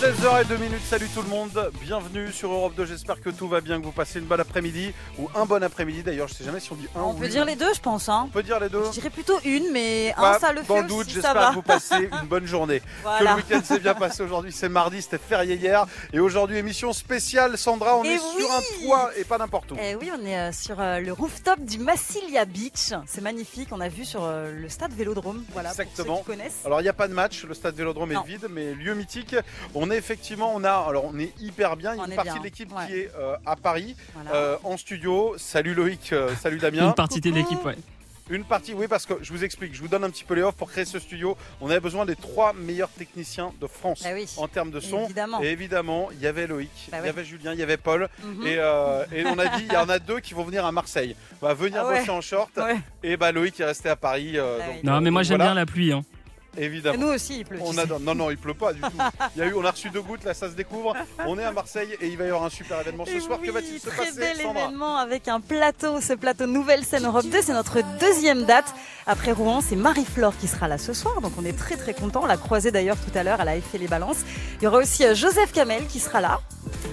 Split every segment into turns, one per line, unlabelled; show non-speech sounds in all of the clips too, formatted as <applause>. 16h02 minutes, salut tout le monde, bienvenue sur Europe 2, j'espère que tout va bien, que vous passez une bonne après-midi ou un bon après-midi d'ailleurs, je sais jamais si on dit un
On
ou
peut
une.
dire les deux, je pense. Hein.
On peut dire les deux
Je dirais plutôt une, mais
Bah,
un, ça le fait
Dans le
aussi,
doute,
ça
j'espère
va.
que vous passez une
<laughs>
bonne journée.
Voilà.
Que le week-end s'est bien passé aujourd'hui, c'est mardi, c'était férié hier et aujourd'hui émission spéciale Sandra, on
Eh
est
oui
sur un toit et pas n'importe où.
<laughs> Eh oui, on est euh, sur euh, le rooftop du Massilia Beach. C'est magnifique. On a vu sur euh, le stade Vélodrome. Voilà,
Exactement.
pour ceux qui connaissent.
Alors il n'y a pas de match, le stade Vélodrome
Non.
est vide, mais lieu mythique. On est effectivement, on a, alors on est hyper bien. Il y a
On
une
est
partie
bien,
de l'équipe
ouais.
qui est euh, à Paris,
Voilà.
euh, en studio. Salut Loïc, euh, salut Damien.
Une partie de l'équipe, ouais.
Une partie, oui, parce que je vous explique, je vous donne un petit peu les offres pour créer ce studio. On avait besoin des trois meilleurs techniciens de France
Ah oui,
en termes de son.
évidemment.
Et évidemment, il y avait Loïc,
Bah
il y
ouais.
avait Julien, il y avait Paul.
Mhm.
Et, euh, et on a dit, il y en a deux qui vont venir à Marseille. On va venir
Ah ouais.
bosser en short.
Ouais.
Et bah Loïc est resté à Paris. euh,
Ah
donc,
oui.
euh,
Non, mais moi
donc
j'aime
voilà,
bien la pluie. Hein.
Et
Évidemment.
nous aussi, il pleut.
On
tu sais.
adore. Non, non, il pleut pas
<laughs>
du tout. Il y a eu, on a reçu deux gouttes, là, ça se découvre. On est à Marseille et il va y avoir un super événement ce
Et
soir.
oui,
que va-t-il se
très
passer,
bel
Sandra
événement avec un plateau, ce plateau Nouvelle Scène Europe 2, c'est notre deuxième date. Après Rouen, c'est Marie-Flore qui sera là ce soir, donc on est très très content. On l'a croisée d'ailleurs tout à l'heure, elle a fait les balances. Il y aura aussi euh, Joseph Kamel qui sera là.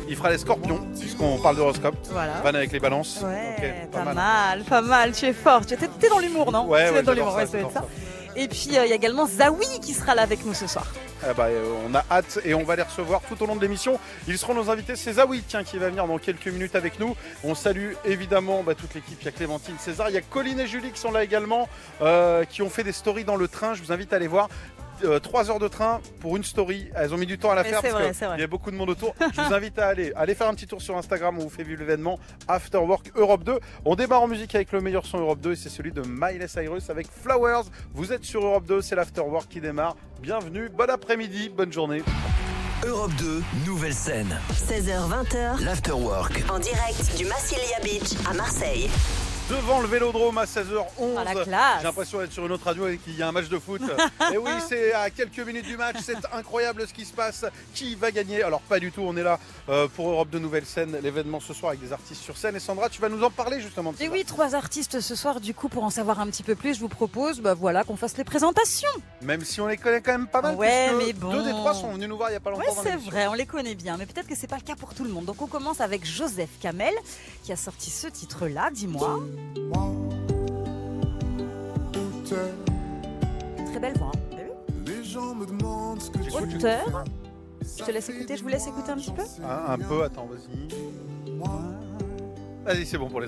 Il fera les Scorpions, puisqu'on parle d'horoscope.
Voilà.
Van avec les balances.
Ouais,
Ok,
pas, mal. pas mal, tu es fort. Tu étais t'es dans l'humour, non
Ouais,
Tu
ouais,
es dans
j'adore
l'humour,
ça,
ouais, ça doit
j'adore
être ça. Et puis euh, il y a également Zawi qui sera là avec nous ce soir.
Ah bah, euh, on a hâte et on va les recevoir tout au long de l'émission. Ils seront nos invités. C'est Zawi tiens, qui va venir dans quelques minutes avec nous. On salue évidemment bah, toute l'équipe. Il y a Clémentine César, il y a Colline et Julie qui sont là également, euh, qui ont fait des stories dans le train. Je vous invite à aller voir. Euh, Trois heures de train pour une story. Elles ont mis du temps à la
Mais
faire
c'est
parce
vrai,
que
c'est vrai.
il y a beaucoup de monde autour. Je vous invite à aller, aller faire un petit tour sur Instagram. On vous fait vivre l'événement After Work Europe 2. On démarre en musique avec le meilleur son Europe 2 et c'est celui de Miley Cyrus avec Flowers. Vous êtes sur Europe 2, c'est l'After Work qui démarre. Bienvenue, bon après-midi, bonne journée.
Europe 2, nouvelle scène.
16h, 20h,
L'After Work.
en direct du Massilia Beach à Marseille.
Devant le vélodrome à 16h11.
Ah, la classe.
J'ai l'impression d'être sur une autre radio et qu'il y a un match de foot.
<laughs>
et oui, c'est à quelques minutes du match. C'est incroyable ce qui se passe. Qui va gagner Alors, pas du tout. On est là euh, pour Europe de Nouvelle Scène, l'événement ce soir avec des artistes sur scène. Et Sandra, tu vas nous en parler justement de
Et
ça.
Eh oui, trois artistes ce soir, du coup, pour en savoir un petit peu plus, je vous propose bah, voilà, qu'on fasse les présentations.
Même si on les connaît quand même pas mal.
Ouais,
puisque
mais bon.
Deux des trois sont venus nous voir il y a pas
Oui,
longtemps. dans
c'est
l'émission.
vrai, on les connaît bien, mais peut-être que c'est pas le cas pour tout le monde. Donc on commence avec Joseph Kamel, qui a sorti ce titre-là, dis-moi. Très belle voix. hein.
J'écoute, j'écoute.
Auteur. Je te laisse écouter, je vous laisse écouter un petit peu.
Ah, Un, un peu, attends, vas-y. Vas-y, c'est bon pour les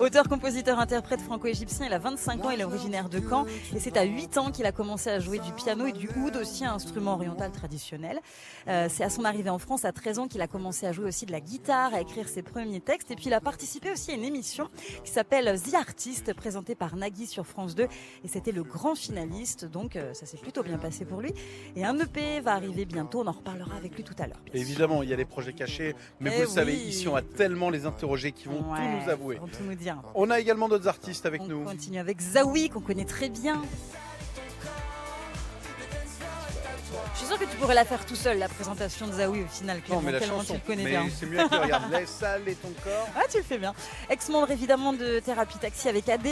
<laughs> Auteur, compositeur, interprète franco-égyptien, il a 25 ans, il est originaire de Caen et c'est à 8 ans qu'il a commencé à jouer du piano et du oud, aussi un instrument oriental traditionnel. Euh, c'est à son arrivée en France à 13 ans qu'il a commencé à jouer aussi de la guitare, à écrire ses premiers textes et puis il a participé aussi à une émission qui s'appelle The Artist présentée par Nagui sur France 2 et c'était le grand finaliste donc euh, ça s'est plutôt bien passé pour lui et un EP va arriver bientôt, on en reparlera avec lui tout à l'heure. bien sûr.
Évidemment, il y a les projets cachés, mais
Eh
vous le savez,
oui.
ici, on a tellement les interrogés qui vont
Ouais,
tout nous avouer.
ils vont tout nous dire. Oh.
On a également d'autres artistes avec
On
nous.
continue avec Zawi qu'on connaît très bien. Je suis sûre que tu pourrais la faire tout seul, la présentation de Zawi au final,
Non,
Clément,
mais la
tellement tu
chanson.
le connais
mais
bien.
c'est mieux que
<laughs>
regarde. Laisse aller ton corps.
Ah, tu le fais bien. Ex-membre évidemment de Thérapie Taxi avec AD.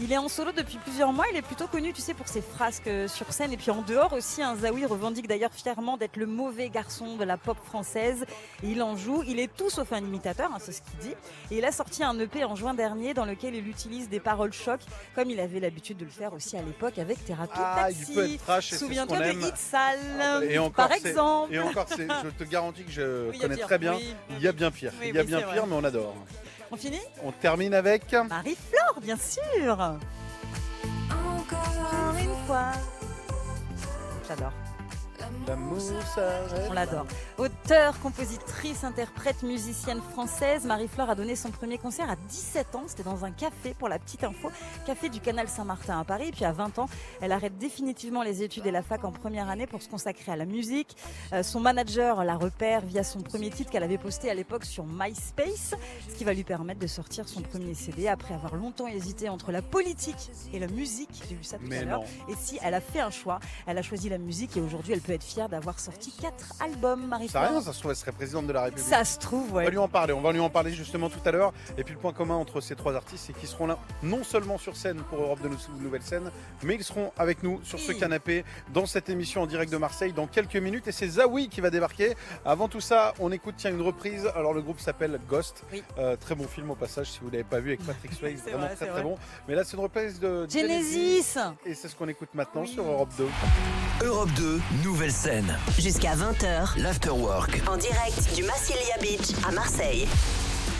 Il est en solo depuis plusieurs mois. Il est plutôt connu, tu sais, pour ses frasques euh, sur scène et puis en dehors aussi. un Zawi revendique d'ailleurs fièrement d'être le mauvais garçon de la pop française. Et il en joue. Il est tout sauf un imitateur, hein, c'est ce qu'il dit. Et il a sorti un EP en juin dernier dans lequel il utilise des paroles choc, comme il avait l'habitude de le faire aussi à l'époque avec Thérapie
Ah, il
Taxi.
peut être trash et c'est ce qu'on
Souviens-toi de
aime.
Hit Sale,
Ah, bah, et encore,
par
c'est-
exemple.
Et encore, c'est- je te garantis que je
Oui, il y a
connais
pire.
très bien.
Oui, oui,
Il y a bien pire.
Oui,
il y a
oui,
bien
c'est
pire,
vrai.
mais on adore.
<laughs> On finit
On termine avec.
Marie-Flore, bien sûr.
Encore une
Quoi J'adore.
L'amour s'arrête.
On l'adore. Auteure, compositrice, interprète, musicienne française, Marie-Flore a donné son premier concert à 17 ans. C'était dans un café, pour la petite info, café du canal Saint-Martin à Paris. Et puis à 20 ans, elle arrête définitivement les études et la fac en première année pour se consacrer à la musique. Euh, son manager la repère via son premier titre qu'elle avait posté à l'époque sur MySpace, ce qui va lui permettre de sortir son premier CD après avoir longtemps hésité entre la politique et la musique. J'ai vu ça tout à
Mais
l'heure.
non.
Et si elle a fait un choix, elle a choisi la musique et aujourd'hui elle peut être fière d'avoir sorti quatre albums, marie
Sérieux 2020, ça se trouve, elle serait présidente de la République.
Ça se trouve,
On
ouais.
va lui en parler, on va lui en parler justement tout à l'heure. Et puis le point commun entre ces trois artistes, c'est qu'ils seront là non seulement sur scène pour Europe de Nou- Nouvelle Scène, mais ils seront avec nous sur ce
Oui.
canapé dans cette émission en direct de Marseille dans quelques minutes. Et c'est Zawi qui va débarquer. Avant tout ça, on écoute tiens une reprise. Alors le groupe s'appelle Ghost.
Oui.
Euh, très bon film au passage, si vous ne l'avez pas vu avec
<laughs>
Patrick Swayze,
C'est
vraiment
vrai,
très
c'est
très
vrai.
bon. Mais là, c'est une reprise de
Genesis
Et c'est ce qu'on écoute maintenant sur Europe 2.
Europe 2, nouvelle scène.
Jusqu'à 20h.
L'afterwork.
En direct du Massilia Beach à Marseille.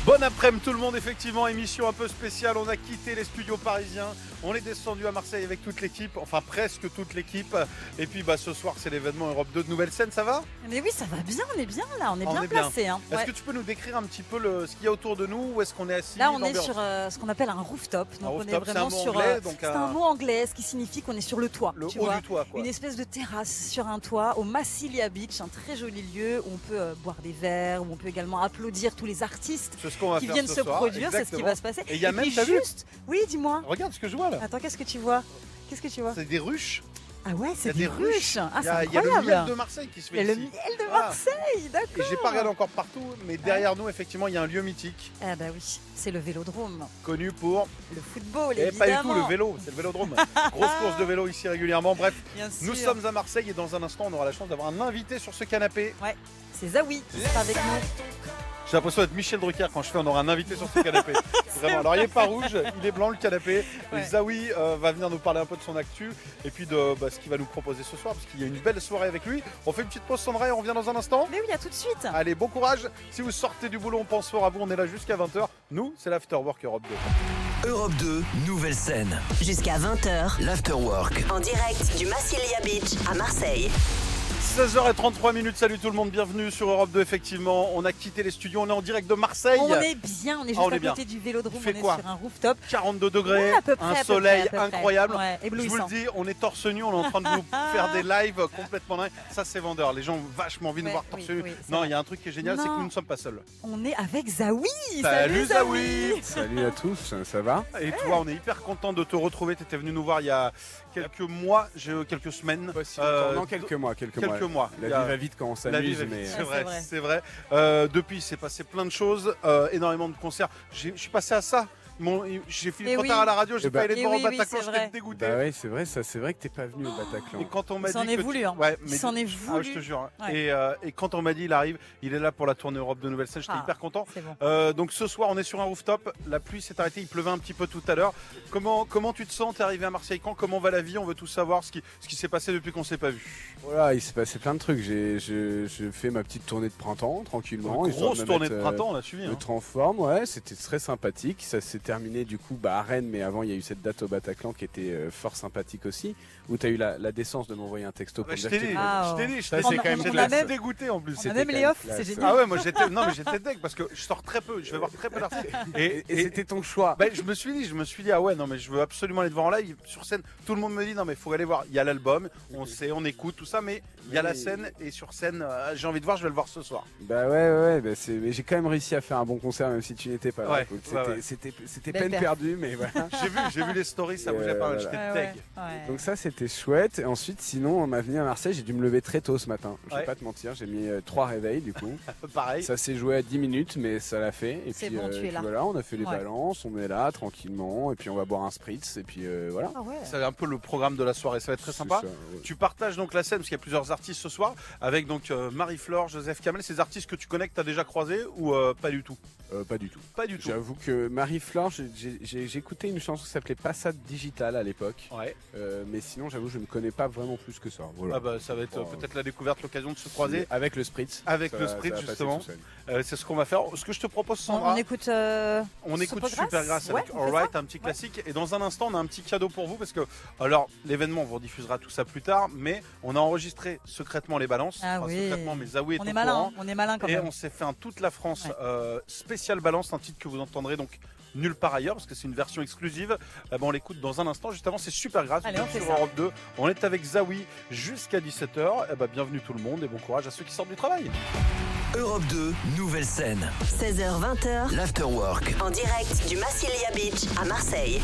Bon après-midi tout le monde, effectivement, émission un peu spéciale. On a quitté les studios parisiens, on est descendu à Marseille avec toute l'équipe, enfin presque toute l'équipe. Et puis bah, ce soir, c'est l'événement Europe 2 de nouvelle scène, ça va
Mais oui, ça va bien, on est bien là, on est
On
bien
est bien.
placé. hein.
Est-ce
Ouais.
que tu peux nous décrire un petit peu le, ce qu'il y a autour de nous Où est-ce qu'on est assis
Là, on est
l'ambiance
sur euh, ce qu'on appelle un rooftop. Donc,
Un
on est
rooftop, c'est un
vraiment
mot
sur.
anglais,
euh,
donc
c'est
un-
un mot anglais, ce qui signifie qu'on est sur le toit.
le
tu
haut
vois.
du toit. Quoi.
Une espèce de terrasse sur un toit au Massilia Beach, un très joli lieu où on peut euh, boire des verres, où on peut également applaudir tous les artistes
C'est ce qu'on va
qui
faire
viennent
ce
se
soir,
produire, c'est ce qui
exactement.
va se passer.
Et il y a même,
puis
t'as vu
juste, oui, dis-moi.
Regarde ce que je vois là.
Attends, qu'est-ce que tu vois Qu'est-ce que tu vois
C'est des ruches.
Ah ouais,
il y a
c'est
des
des ruches. Ah,
Il y
c'est
a- il y a le miel de
incroyable.
Marseille qui se
Il y
fait
a le
ici.
miel de
Ah.
Marseille, d'accord.
Et j'ai pas regardé encore partout, mais derrière nous, effectivement, il y a un lieu mythique
Ah bah oui, c'est le Vélodrome,
connu pour
le football
Et
évidemment.
Eh, pas du tout le vélo, c'est
<laughs>
le vélodrome. Grosse course de vélo ici régulièrement. Bref,
Bien
nous
sûr.
sommes à Marseille et dans un instant, on aura la chance d'avoir un invité sur ce canapé.
C'est Zawi qui sera avec nous.
J'ai l'impression d'être Michel Drucker quand je fais on aura un invité sur ce canapé.
<laughs>
Vraiment. Alors, il n'est pas rouge, il est blanc le canapé. Et
Ouais.
Zawi euh, va venir nous parler un peu de son actu et puis de bah, ce qu'il va nous proposer ce soir parce qu'il y a une belle soirée avec lui. On fait une petite pause Sandra et on revient dans un instant.
Mais oui, à tout de suite.
Allez, bon courage. Si vous sortez du boulot, on pense fort à vous. On est là jusqu'à 20h. Nous, c'est l'Afterwork Europe 2.
Europe 2, nouvelle scène.
Jusqu'à 20h.
L'afterwork.
En direct du Massilia Beach à Marseille.
16h33 minutes, salut tout le monde, bienvenue sur Europe 2 effectivement, on a quitté les studios, on est en direct de Marseille,
On est bien, on est juste
Ah, on est
à
bien.
côté du Vélodrome,
Il fait
on est
quoi
sur un rooftop.
42 degrés,
Ouais, à peu près, à
un
peu
soleil
près, à peu près.
incroyable.
Ouais,
Je vous le
éblouissant.
dis, on est torse nu, on est en train de
<laughs>
vous faire des lives complètement dingues. Ça, c'est vendeur. Les gens ont vachement envie de nous
Ouais,
voir torse
oui,
nu.
oui, c'est
non,
vrai.
il y a un truc qui est génial, c'est que
Non.
nous ne sommes pas seuls.
On est avec Zawi.
Zawi
<laughs> Salut à tous, ça va
Et toi, on est hyper content de te retrouver. Tu étais venu nous voir il y a quelques mois, j'ai- quelques semaines. Euh,
Bah, Non, quelques mois, quelques,
quelques
mois.
mois.
La
Il y a-
vie va vite quand on
La vie
s'amuse,
va vite,
mais
c'est
Ouais,
vrai,
Ah, c'est vrai.
c'est vrai. Euh, depuis, il s'est passé plein de choses, euh, énormément de concerts. J'ai- Je suis passé à ça. Mon- J'ai filé
Eh
trop
oui.
tard à la radio, j'ai
Eh
pas
bah-
allé
Eh oui,
devant au
oui,
Bataclan,
c'est
j'étais
vrai.
dégoûté.
bah ouais, c'est vrai, ça, c'est vrai que t'es pas venu au Bataclan.
Et quand on m'a
Il s'en
dit
est
que tu-
voulu, hein.
Ouais,
Il
mais-
s'en est
Ah, je te
voulu.
jure. hein.
Ouais.
Et, euh, et quand on m'a dit il arrive, il est là pour la tournée Europe de Nouvelle Scène, j'étais
Ah.
hyper content.
C'est bon.
Euh, donc ce soir on est sur un rooftop, la pluie s'est arrêtée, il pleuvait un petit peu tout à l'heure. Comment comment tu te sens T'es arrivé à Marseille quand Comment va la vie On veut tout savoir ce qui ce qui s'est passé depuis qu'on s'est pas vu.
Voilà, il s'est passé plein de trucs. J'ai je, je fais ma petite tournée de printemps tranquillement. histoire
Grosse
me
tournée
mettre,
de
euh,
printemps, on a suivi.
me
hein.
mettre en forme, ouais, c'était très sympathique. Ça s'est terminé du coup bah, à Rennes, mais avant il y a eu cette date au Bataclan qui était euh, fort sympathique aussi, où t'as eu la, la décence de m'envoyer un texto
Ah bah,
pour me
je
dire
t'ai
que
dit,
t'étais-
Ah,
je t'ai
oh.
dit, je
Ça,
t'ai
c'est
dit,
quand même
j'étais
classe.
assez dégoûté en plus.
On a
C'était
même
quand
les
même
offs, c'est
classe.
génial.
Ah ouais, moi j'étais non mais j'étais <laughs> deg parce que je sors très peu, je vais voir très peu d'artistes. Et,
Et, et c'était ton choix.
ben, je me suis dit, je me suis dit ah ouais non mais je veux absolument aller devant en live sur scène. Tout le monde me dit non mais faut aller voir. Il y a l'album, on sait, on écoute tout ça, mais il y a la
Mais-
scène et sur scène euh, j'ai envie de voir, je vais le voir ce soir.
Bah ouais, ouais, bah c'est- mais j'ai quand même réussi à faire un bon concert, même si tu n'étais pas là.
Ouais,
Bah, Écoute,
ouais,
C'était
ouais.
c'était- c'était
Belle
peine
paire.
perdue, mais
<laughs>
voilà.
J'ai vu, j'ai vu les stories, ça
Et
bougeait pas, mal,
euh,
j'étais
Ah Ouais,
deg.
ouais, ouais.
Donc ça, c'était chouette. Et ensuite, sinon, on m'a venu à Marseille, j'ai dû me lever très tôt ce matin. Je
Ouais.
vais pas te mentir, j'ai mis euh, trois réveils du coup.
<laughs> Pareil.
ça s'est joué à 10 minutes, mais ça l'a fait. Et
C'est
puis, euh,
bon, tu
et
es
puis
là.
voilà, on a fait les
Ouais.
balances, on est là tranquillement, et puis on va boire un spritz, et puis euh, voilà.
Ah ouais.
C'est un peu le programme de la soirée, ça va être très sympa.
C'est ça, ouais.
Tu partages donc la scène parce qu'il y a plusieurs artistes ce soir avec donc euh, Marie-Flore, Joseph Kamel, ces artistes que tu connais que tu as déjà croisés ou euh, pas du tout
Euh, pas du tout.
Pas du tout.
J'avoue que Marie-Flore, j'ai- j'ai j'ai- j'écoutais une chanson qui s'appelait Passade Digital à l'époque,
Ouais.
Euh, mais sinon, j'avoue, je ne connais pas vraiment plus que ça. Voilà.
Ah bah ça va être euh,
Oh.
peut-être la découverte, l'occasion de se croiser
Avec le spritz.
avec
Ça
le
va- ça
sprint
va passer
justement.
tout seul.
Euh, c'est ce qu'on va faire. Ce que je te propose
On,
Sandra,
on écoute. euh,
on écoute
Supergrass
Supergrass avec
Ouais, on fait
Alright, un petit classique. Et dans un instant, on a un petit cadeau pour vous parce que alors l'événement, on vous rediffusera tout ça plus tard, mais on a enregistré secrètement les balances.
Ah oui.
Secrètement, mais Zawi est
On
au
est malin,
courant.
hein, on est malin quand
Et
même.
on s'est fait un toute la France
Ouais.
euh, spécial balance, un titre que vous entendrez donc nulle part ailleurs parce que c'est une version exclusive. Euh, ben, on l'écoute dans un instant. Juste avant, c'est super grave.
Allez, on fait
sur
ça.
Europe 2. On est avec Zawi jusqu'à 17h. Eh ben, bienvenue tout le monde et bon courage à ceux qui sortent du travail.
Europe 2, nouvelle scène.
16h20h.
L'afterwork.
En direct du Massilia Beach à Marseille.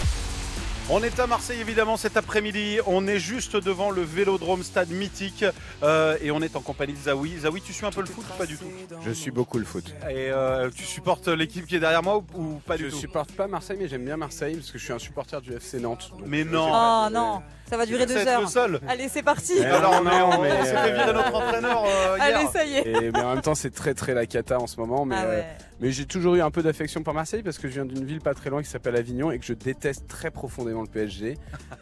On est à Marseille évidemment cet après-midi. On est juste devant le Vélodrome Stade mythique euh, et on est en compagnie de Zawi. Zawi, tu suis un peu le foot ou pas du tout
Je suis beaucoup le foot.
Et euh, tu supportes l'équipe qui est derrière moi ou, ou pas
je
du tout
supporte pas Marseille, mais j'aime bien Marseille parce que je suis un supporter du FC Nantes. donc,
Mais
euh,
non.
j'ai
Oh
pas de-
non, ça va durer
Tu vas
deux
être
heures.
le seul.
Allez, c'est parti.
Eh
Alors on, est,
non,
on,
mais,
on s'est fait
euh,
virer notre entraîneur euh, hier.
Allez, ça y est.
Et- mais en même temps, c'est très très la cata en ce moment. Mais,
Ah
euh,
ouais.
mais j'ai toujours eu un peu d'affection pour Marseille parce que je viens d'une ville pas très loin qui s'appelle Avignon et que je déteste très profondément
<laughs>
le PSG.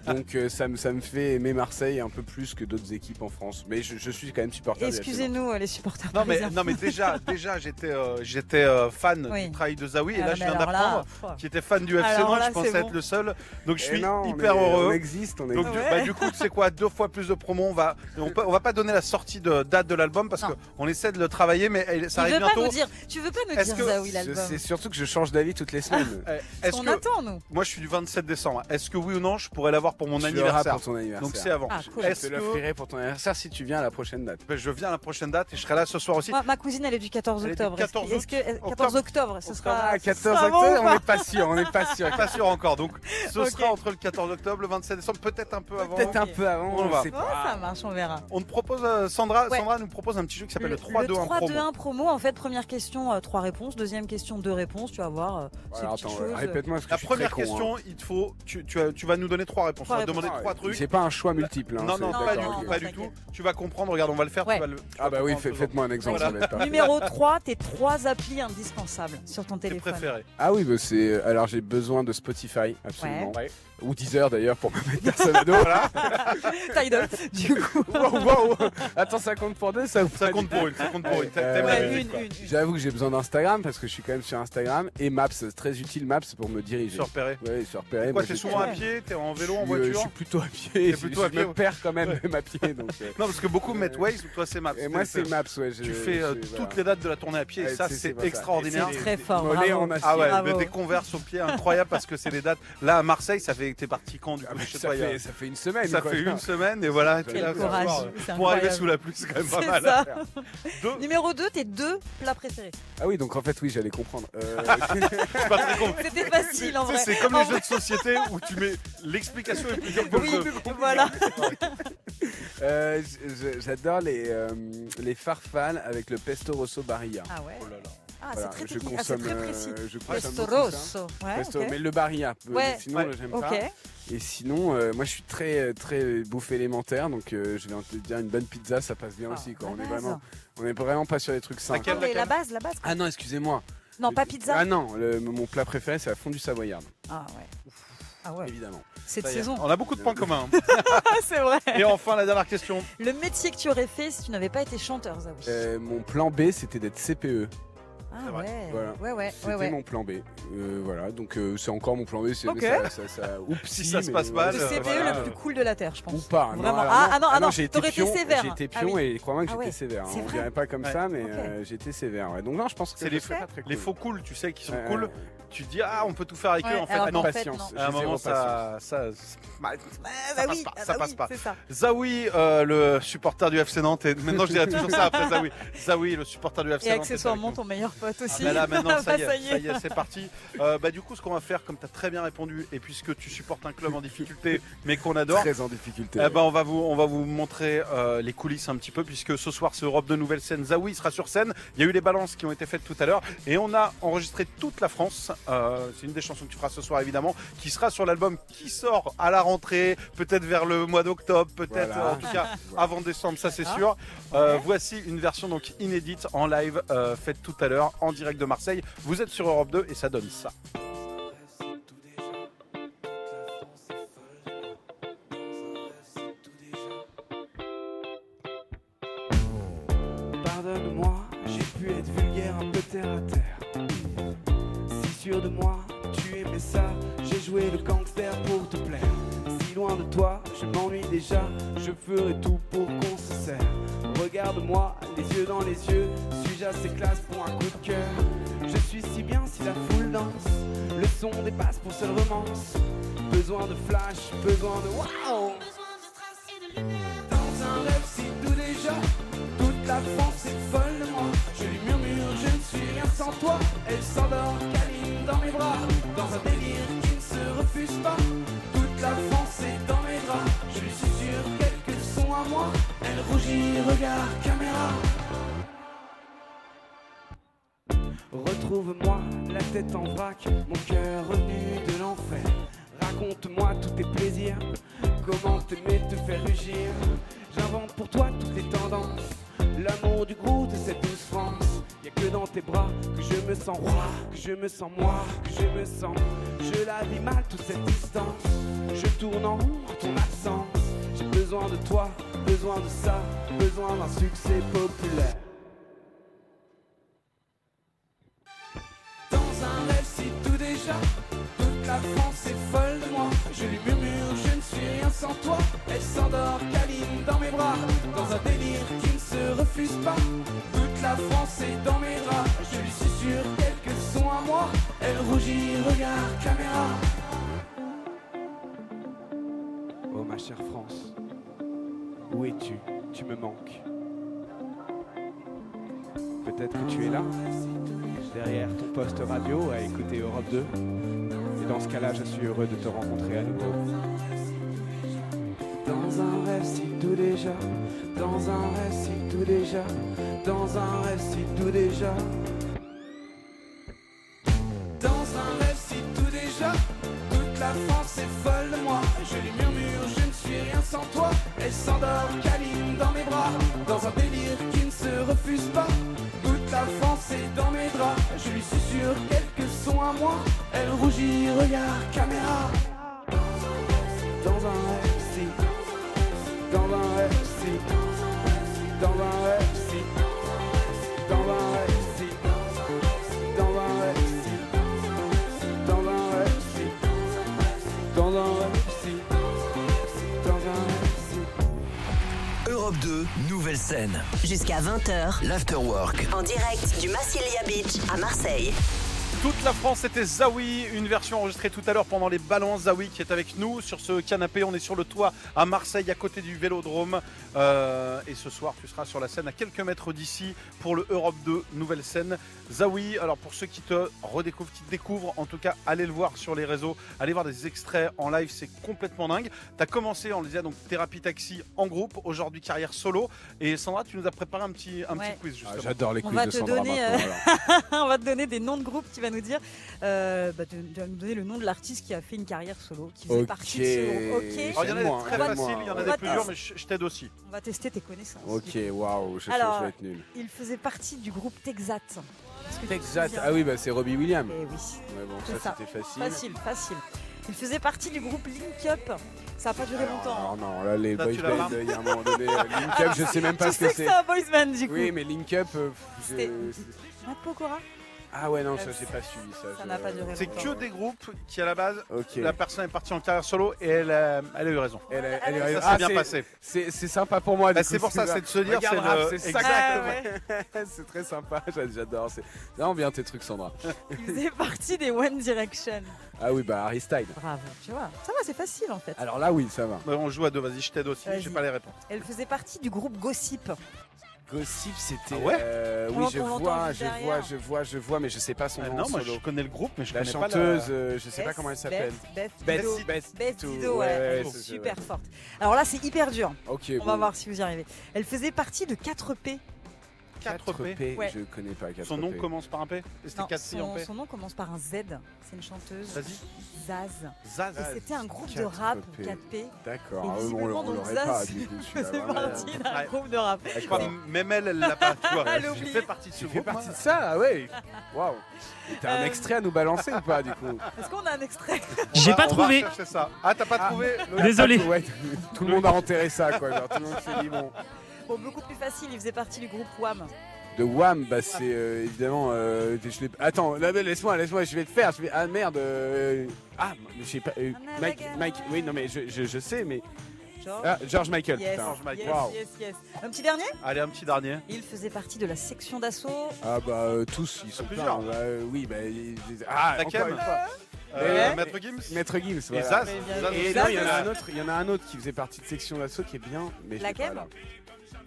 Donc euh, ça, me, ça me fait aimer Marseille un peu plus que d'autres équipes en France. Mais je, je suis quand même supporter du FC Nantes.
Excusez-nous, euh, les supporters.
Non mais,
parisiens.
non
<laughs>
mais déjà, déjà j'étais euh, j'étais euh, fan
Oui.
du travail de Zawi et
Ah,
là
mais
je viens
alors là,
d'apprendre
pff,
qu'il était fan du FC
Alors
Nantes,
là,
je pensais
c'est
être
bon.
le seul. Donc je
Eh
suis
non, on
hyper
est- On
heureux.
existe, on existe.
Donc du, bah, du coup c'est quoi deux fois plus de promos on va on, peut- on va pas donner la sortie de date de l'album parce
Non.
qu'on essaie de le travailler mais elle- ça
il
arrive
veut pas
bientôt.
nous dire. Tu veux pas nous
Est-ce
dire
que
Zawi
Je-
l'album
C'est surtout que je change d'avis toutes les
<laughs>
semaines.
Euh, Est-ce
On
que
attend nous.
moi je suis du 27 décembre Est-ce que oui ou non je pourrais l'avoir pour mon
Tu l'auras
anniversaire
pour ton anniversaire.
Donc c'est avant.
Ah, cool.
Je te
Est-ce que
l'offrirai pour ton anniversaire si tu viens à la prochaine date.
Ben, je viens à la prochaine date et je serai là ce soir aussi.
Moi, ma cousine, elle est du 14
Elle est du
octobre.
14
Est-ce que- est-ce que-
octobre.
14 octobre, ce sera.
Ah,
ce
14
sera bon
octobre,
ou
on
pas
n'est pas sûr, on n'est pas sûr.
Pas sûr encore donc ce
Ok.
sera entre le 14 octobre le 27 décembre peut-être un peu avant.
Peut-être un peu avant,
On
on,
va.
sait
Ouais,
pas.
Oh, ça marche, on verra.
On te propose, euh, Sandra,
Ouais.
Sandra nous propose un petit jeu qui s'appelle le 3-2-1
3-2-1
promo.
promo. En fait, première question, 3 réponses. Deuxième question, 2 réponses. Tu vas voir. euh, ces
Alors,
petites
attends,
choses.
répète-moi parce que
La
je suis très
première
con, hein.
question, il te faut, tu, tu as- tu vas nous donner trois réponses.
Trois
on va te demander
Ah,
trois trucs.
C'est pas un choix multiple. hein,
Non, non,
c'est-
pas du
d'accord,
tout,
ok.
pas du tout.
t'inquiète.
Tu vas comprendre, regarde, on va le faire. tu
Ouais.
vas le- tu
Ah
vas
bah oui,
comprendre
fais-
en faisant.
faites-moi un exemple,
Voilà.
ça va être parfait.
Numéro 3, tes 3 applis indispensables sur ton
Tes
téléphone.
préférés.
Ah oui, bah c'est. Alors j'ai besoin de Spotify, absolument.
Ouais.
Ou Deezer d'ailleurs pour me mettre personne à dos.
<laughs>
Voilà.
Tidal, <laughs> du
<laughs>
coup.
Wow, wow. Attends, ça compte pour deux, ça ou
Ça
pas
compte pour une, ça compte pour une. T'a-
Euh,
T'aimes la
ouais,
musique,
une,
quoi.
<laughs>
une, une.
J'avoue que j'ai besoin d'Instagram parce que je suis quand même sur Instagram et Maps, très utile Maps pour me diriger.
Se repérer.
Ouais, sur repérer.
Quoi,
moi,
t'es
j'ai-
souvent à
Ouais.
pied, t'es en vélo,
je
en
suis, euh, Je
voiture
suis plutôt à pied.
T'es plutôt
je
à pied,
me
ouais.
perds quand même même à pied. Donc, euh,
<laughs> Non, parce que beaucoup mettent Waze, toi c'est Maps.
Et moi,
T'es-
c'est Maps, ouais. je-
Tu fais euh,
je- voilà.
toutes les dates de la tournée à pied et
Ouais,
ça
c'est-
c'est
c'est
extraordinaire.
pas ça.
Très
des-
fort,
des mollets
bravo.
en acier.
Ah ouais,
Bravo.
mais des converses au pied incroyables parce que c'est les dates. Là à Marseille, ça fait t'es parti quand du
Ah
coup
bah,
de chez
ça,
toi il y a-
fait, ça fait une semaine.
Ça
quoi.
fait une semaine et voilà, t'es
Quel
là,
courage,
ce soir,
c'est
pour arriver
incroyable.
sous la pluie, c'est quand même pas
C'est
mal.
ça.
Deux,
Numéro 2, tes deux plats préférés.
Ah oui, donc en fait, oui, j'allais comprendre.
<laughs>
Euh,
c'est pas très con.
C'était facile en
Tu
vrai.
sais, C'est comme
En
les jeux de société où tu mets l'explication est plus dure que le
Oui,
jeu.
voilà.
<laughs> euh, je- je- J'adore les, euh, les farfales avec le pesto rosso barilla.
Ah ouais.
Oh là là.
Ah,
Voilà,
c'est très,
je
technique. Ah, c'est
consomme,
très
euh,
précis.
je consomme
Pesto
beaucoup ça.
rosso. Ah Ouais,
Pesto,
ok.
Mais le barilla, peu,
Ouais.
sinon
Ouais.
j'aime
Ok.
pas. Et sinon, euh, moi je suis très euh, très euh, bouffe élémentaire, donc euh, je vais te dire une bonne pizza, ça passe bien
Ah,
aussi. Quoi.
la
On est
base.
vraiment, on est vraiment pas sur les trucs simples.
Ah,
Laquelle,
mais
laquelle
la base, la base.
Ah non, excusez-moi.
Non, pas pizza.
Ah non, le- mon plat préféré c'est la fondue savoyarde,
Ah ouais. Ah ouais.
évidemment.
C'est de
Ça y est,
saison.
On a beaucoup de points communs. hein.
Ah, <laughs> c'est vrai.
Et enfin, la dernière question.
Le métier que tu aurais fait si tu n'avais pas été chanteur, Zawi.
Euh, mon plan B c'était d'être E. CPE.
ah
c'est vrai.
ouais.
Voilà.
ouais. Ouais,
C'était
ouais, ouais.
mon plan B. Euh, voilà, donc euh, c'est encore mon plan B. c'est-
Ok.
ça- ça-
<laughs>
ça- Oups,
Si ça se passe mal,
Le
Euh,
CPE
voilà.
le plus cool de la Terre, je
Ou
pense.
pas.
Vraiment.
alors
Ah, ah non, ah non,
j'ai
t'aurais été
pion,
sévère.
J'ai été
Ah
pion et crois-moi que
Ah
j'étais
ouais.
sévère. hein.
C'est
On
vrai.
dirait pas comme
Ouais.
ça, mais
Ok.
euh, j'étais sévère. ouais. Donc non, je pense que
C'est les
je serais
faux-
pas très
Les
cool.
faux cool, tu sais, qui sont
Ouais,
cool.
ouais.
Tu te dis, ah, on peut tout faire avec
Ouais,
eux. En fait,
alors
ah
qu'en
non.
fait,
patience.
À un
J'ai zéro
moment,
patience.
ça, ça, bah,
Ah,
ça
bah
passe
oui,
pas.
ah,
Ça
bah
passe
oui,
pas.
C'est ça.
Zawi, euh, le supporter du FC Nantes. Et maintenant, je dirais toujours
<laughs>
ça après Zawi. Zawi, le supporter du FC
Et
Nantes. est
accessoirement,
avec nous.
ton meilleur pote
Ah
aussi.
bah
<laughs>
là maintenant ça
Bah,
y est, ça y est, c'est parti. Euh, bah du coup ce qu'on va faire comme tu as très bien répondu et puisque tu supportes un club en difficulté mais qu'on adore,
Très en difficulté.
eh ben, on va vous on va vous montrer euh, les coulisses un petit peu puisque ce soir c'est Europe de nouvelle scène. Zawi sera sur scène. Il y a eu les balances qui ont été faites tout à l'heure et on a enregistré toute la France. Euh, c'est une des chansons que tu feras ce soir évidemment qui sera sur l'album qui sort à la rentrée, peut-être vers le mois d'octobre, peut-être
Voilà.
euh, en tout cas
<laughs> Voilà.
avant décembre, ça c'est sûr. Euh, Voici une version donc inédite en live euh, faite tout à l'heure en direct de Marseille. Vous êtes sur Europe 2 et ça donne ça.
Pardonne-moi, j'ai pu être vulgaire, un peu terre à terre. Si sûr de moi, tu aimais ça, j'ai joué le gangster pour te plaire. Si loin de toi, je m'ennuie déjà, je ferai tout pour qu'on se serre. Regarde-moi, les yeux dans les yeux, suis-je assez classe pour un coup de cœur Je suis si bien si la foule danse, le son dépasse pour seule romance. Besoin de flash, besoin de waouh! Dans un rêve si doux déjà, toute la France est folle de moi. Je lui murmure, je ne suis rien sans toi. Elle s'endort, câline dans mes bras, dans un délire qui ne se refuse pas. Toute la rougis, regard caméra. Retrouve-moi la tête en vrac, mon cœur revenu de l'enfer. Raconte-moi tous tes plaisirs, comment t'aimer te faire rugir. J'invente pour toi toutes les tendances, l'amour du gros de cette douce France. Y'a que dans tes bras que je me sens roi, que je me sens moi, que je me sens. Je la vis mal toute cette distance, je tourne en rond à ton absence. J'ai besoin de toi, besoin de ça, besoin d'un succès populaire. Dans un rêve si tout déjà, toute la France est folle de moi. Je lui murmure, je ne suis rien sans toi. Elle s'endort câline dans mes bras, dans un délire qui ne se refuse pas. Toute la France est dans mes bras, je lui susurre quelques sons à moi. Elle rougit, regarde caméra. Oh ma chère France, où es-tu Tu me manques. Peut-être que tu es là derrière ton poste radio à écouter Europe 2. Et dans ce cas-là, je suis heureux de te rencontrer à nouveau. Dans un rêve si tout déjà, dans un rêve si tout déjà, dans un rêve si tout déjà. Dans un rêve si tout déjà, toute la France est folle de moi. Je lui murmure, je ne suis rien sans toi. Elle s'endort câline dans mes bras, dans un délire qui ne se refuse pas. Toute la France est dans mes draps, je lui susurre quelques sons à moi. Elle rougit, regarde caméra. Dans un rêve si, dans un rêve si, dans un rêve si, dans un rêve si, dans un rêve si. Dans un Pepsi. Dans un Pepsi. Dans un Pepsi.
Europe 2, nouvelle scène.
Jusqu'à 20h.
L'afterwork.
En direct du Massilia Beach à Marseille.
Toute la France était Zawi, une version enregistrée tout à l'heure pendant les balances. Zawi qui est avec nous sur ce canapé. On est sur le toit à Marseille, à côté du Vélodrome. Euh, et ce soir, tu seras sur la scène à quelques mètres d'ici pour le Europe 2 Nouvelle Scène. Zawi, alors pour ceux qui te redécouvrent, qui te découvrent, en tout cas, allez le voir sur les réseaux, allez voir des extraits en live, c'est complètement dingue. Tu as commencé, on le disait, donc Thérapie Taxi en groupe, aujourd'hui carrière solo. Et Sandra, tu nous as préparé un petit, un
Ouais.
petit quiz
Ah,
justement.
J'adore les
On
quiz
va
de
te
Sandra
donner, euh,
maintenant,
<laughs>
alors.
On va te donner des noms de groupes, tu vas nous dire, euh, bah, tu- tu vas nous donner le nom de l'artiste qui a fait une carrière solo, qui faisait
Ok. Oh,
partie de ce groupe.
Alors,
Ok.
il y en a
J'aime
des très
moins,
faciles,
ouais.
il y en a
On va
des plus durs,
te-
mais je, je t'aide aussi.
On va tester tes connaissances.
Ok, waouh, je sais que
Alors,
je vais être nul.
Il faisait partie du groupe Texat. Est-ce que tu
Exact.
te souviens
Ah oui, bah c'est Robbie Williams.
Eh oui.
Ouais, bon,
C'est
ça
ça.
c'était facile.
Facile, facile. Il faisait partie du groupe Link Up. Ça n'a pas duré longtemps. hein.
Alors non, là les
Là,
boys
tu l'as
bands,
marre.
il y a un moment donné,
<laughs>
euh, Link Up, je sais même pas
Tu
ce que
sais que
c'est.
c'est un boys band du coup.
Oui, mais Link Up. euh, je-
C'était- Matt Pokora
Ah ouais, non,
Euh,
ça j'ai pas suivi ça.
Ça
je-
n'a pas duré
C'est
longtemps.
que des groupes qui, à la base,
Ok.
la personne est partie en carrière solo et elle, euh, elle a eu raison.
Elle, elle,
Ça
elle-
Ça s'est
ah,
bien
c'est-
passé.
C'est c'est sympa pour moi. du
Bah,
coup,
c'est pour ça,
là.
c'est de se dire,
Regarde,
c'est
rap,
le-
c'est ça.
Ah, ouais.
<laughs> c'est très sympa, j'a- j'adore. C'est vraiment bien tes trucs, Sandra.
Il faisait partie des One Direction.
Ah oui, bah Harry Styles.
Bravo, tu vois. Ça va, c'est facile en fait.
Alors là, oui, ça va.
Bah, on joue à deux, vas-y, je t'aide aussi,
Vas-y.
j'ai pas les réponses.
Elle faisait partie du groupe Gossip.
Gossip, c'était.
Ah ouais
euh,
On
Oui,
l'entend-
je
on l'entend
vois,
juste
je
derrière.
vois, je vois, je vois, mais je sais pas son
Euh,
nom. en
non, moi
solo.
je connais le groupe, mais je
La
connais pas
chanteuse, euh, je sais pas
Beth,
comment elle s'appelle.
Beth, Beth
Beth,
Dido.
Beth,
Beth
tout.
Dido, ouais,
Ouais, ouais,
elle est
c'est-
super forte. Alors là, c'est hyper dur.
Ok,
On va voir si vous y arrivez. Elle faisait partie de 4P.
la 4P.
4P,
Ouais.
je connais pas 4P.
Son nom commence par un P Et C'était
Non,
4 P en
son,
P
son nom commence par un Z. C'est une chanteuse.
Vas-y,
Zaz. Et
Zaz.
c'était un groupe de rap
4P.
4P.
D'accord,
Et
ah, oui, on-
visiblement,
on
donc,
l'aurait
ça,
pas
c'est- <laughs>
du coup. celui-là,
C'est
vraiment.
parti d'un
Ouais.
groupe de rap.
Je crois que même elle, elle l'a pas. Tu vois,
<laughs> Elle
j'ai
oublie.
fait partie de ce
Tu fais
groupe.
partie de
moi.
ça, ah ouais Waouh Et T'as un
Euh,
extrait à nous balancer ou pas du coup
Est-ce qu'on a un extrait
On
<laughs> J'ai
va-
pas
on va
trouvé.
rechercher ça. Ah, t'as pas
Ah.
trouvé
Désolé.
Ouais, tout le monde a enterré ça quoi, genre, tout le monde s'est dit bon.
Bon, beaucoup plus facile, il faisait partie du groupe Wham.
De Wham, bah c'est euh, évidemment. euh, je l'ai- Attends, là, mais laisse-moi, laisse-moi, je vais te faire. Je vais... Ah merde euh, Ah, mais je sais pas. euh, Mike, Mike, oui, non mais je, je, je sais, mais.
George.
Ah, George Michael,
yes,
putain.
George
yes,
Wow.
yes, yes. Un petit dernier
Allez, un petit dernier.
Il faisait partie de la section d'assaut.
Ah bah euh, tous, ils sont
Plusieurs.
pleins. bah, euh, oui, bah. ils- ils- Ah,
Takem.
encore une fois.
Euh,
Ouais.
Maître Gims
Maître Gims,
Et
voilà.
Zaz.
Mais bien-
Zaz
Et
aussi.
non, il y en a un autre, il y en a un autre qui faisait partie de section d'assaut qui est bien, mais je l'ai
Laquelle
pas, là.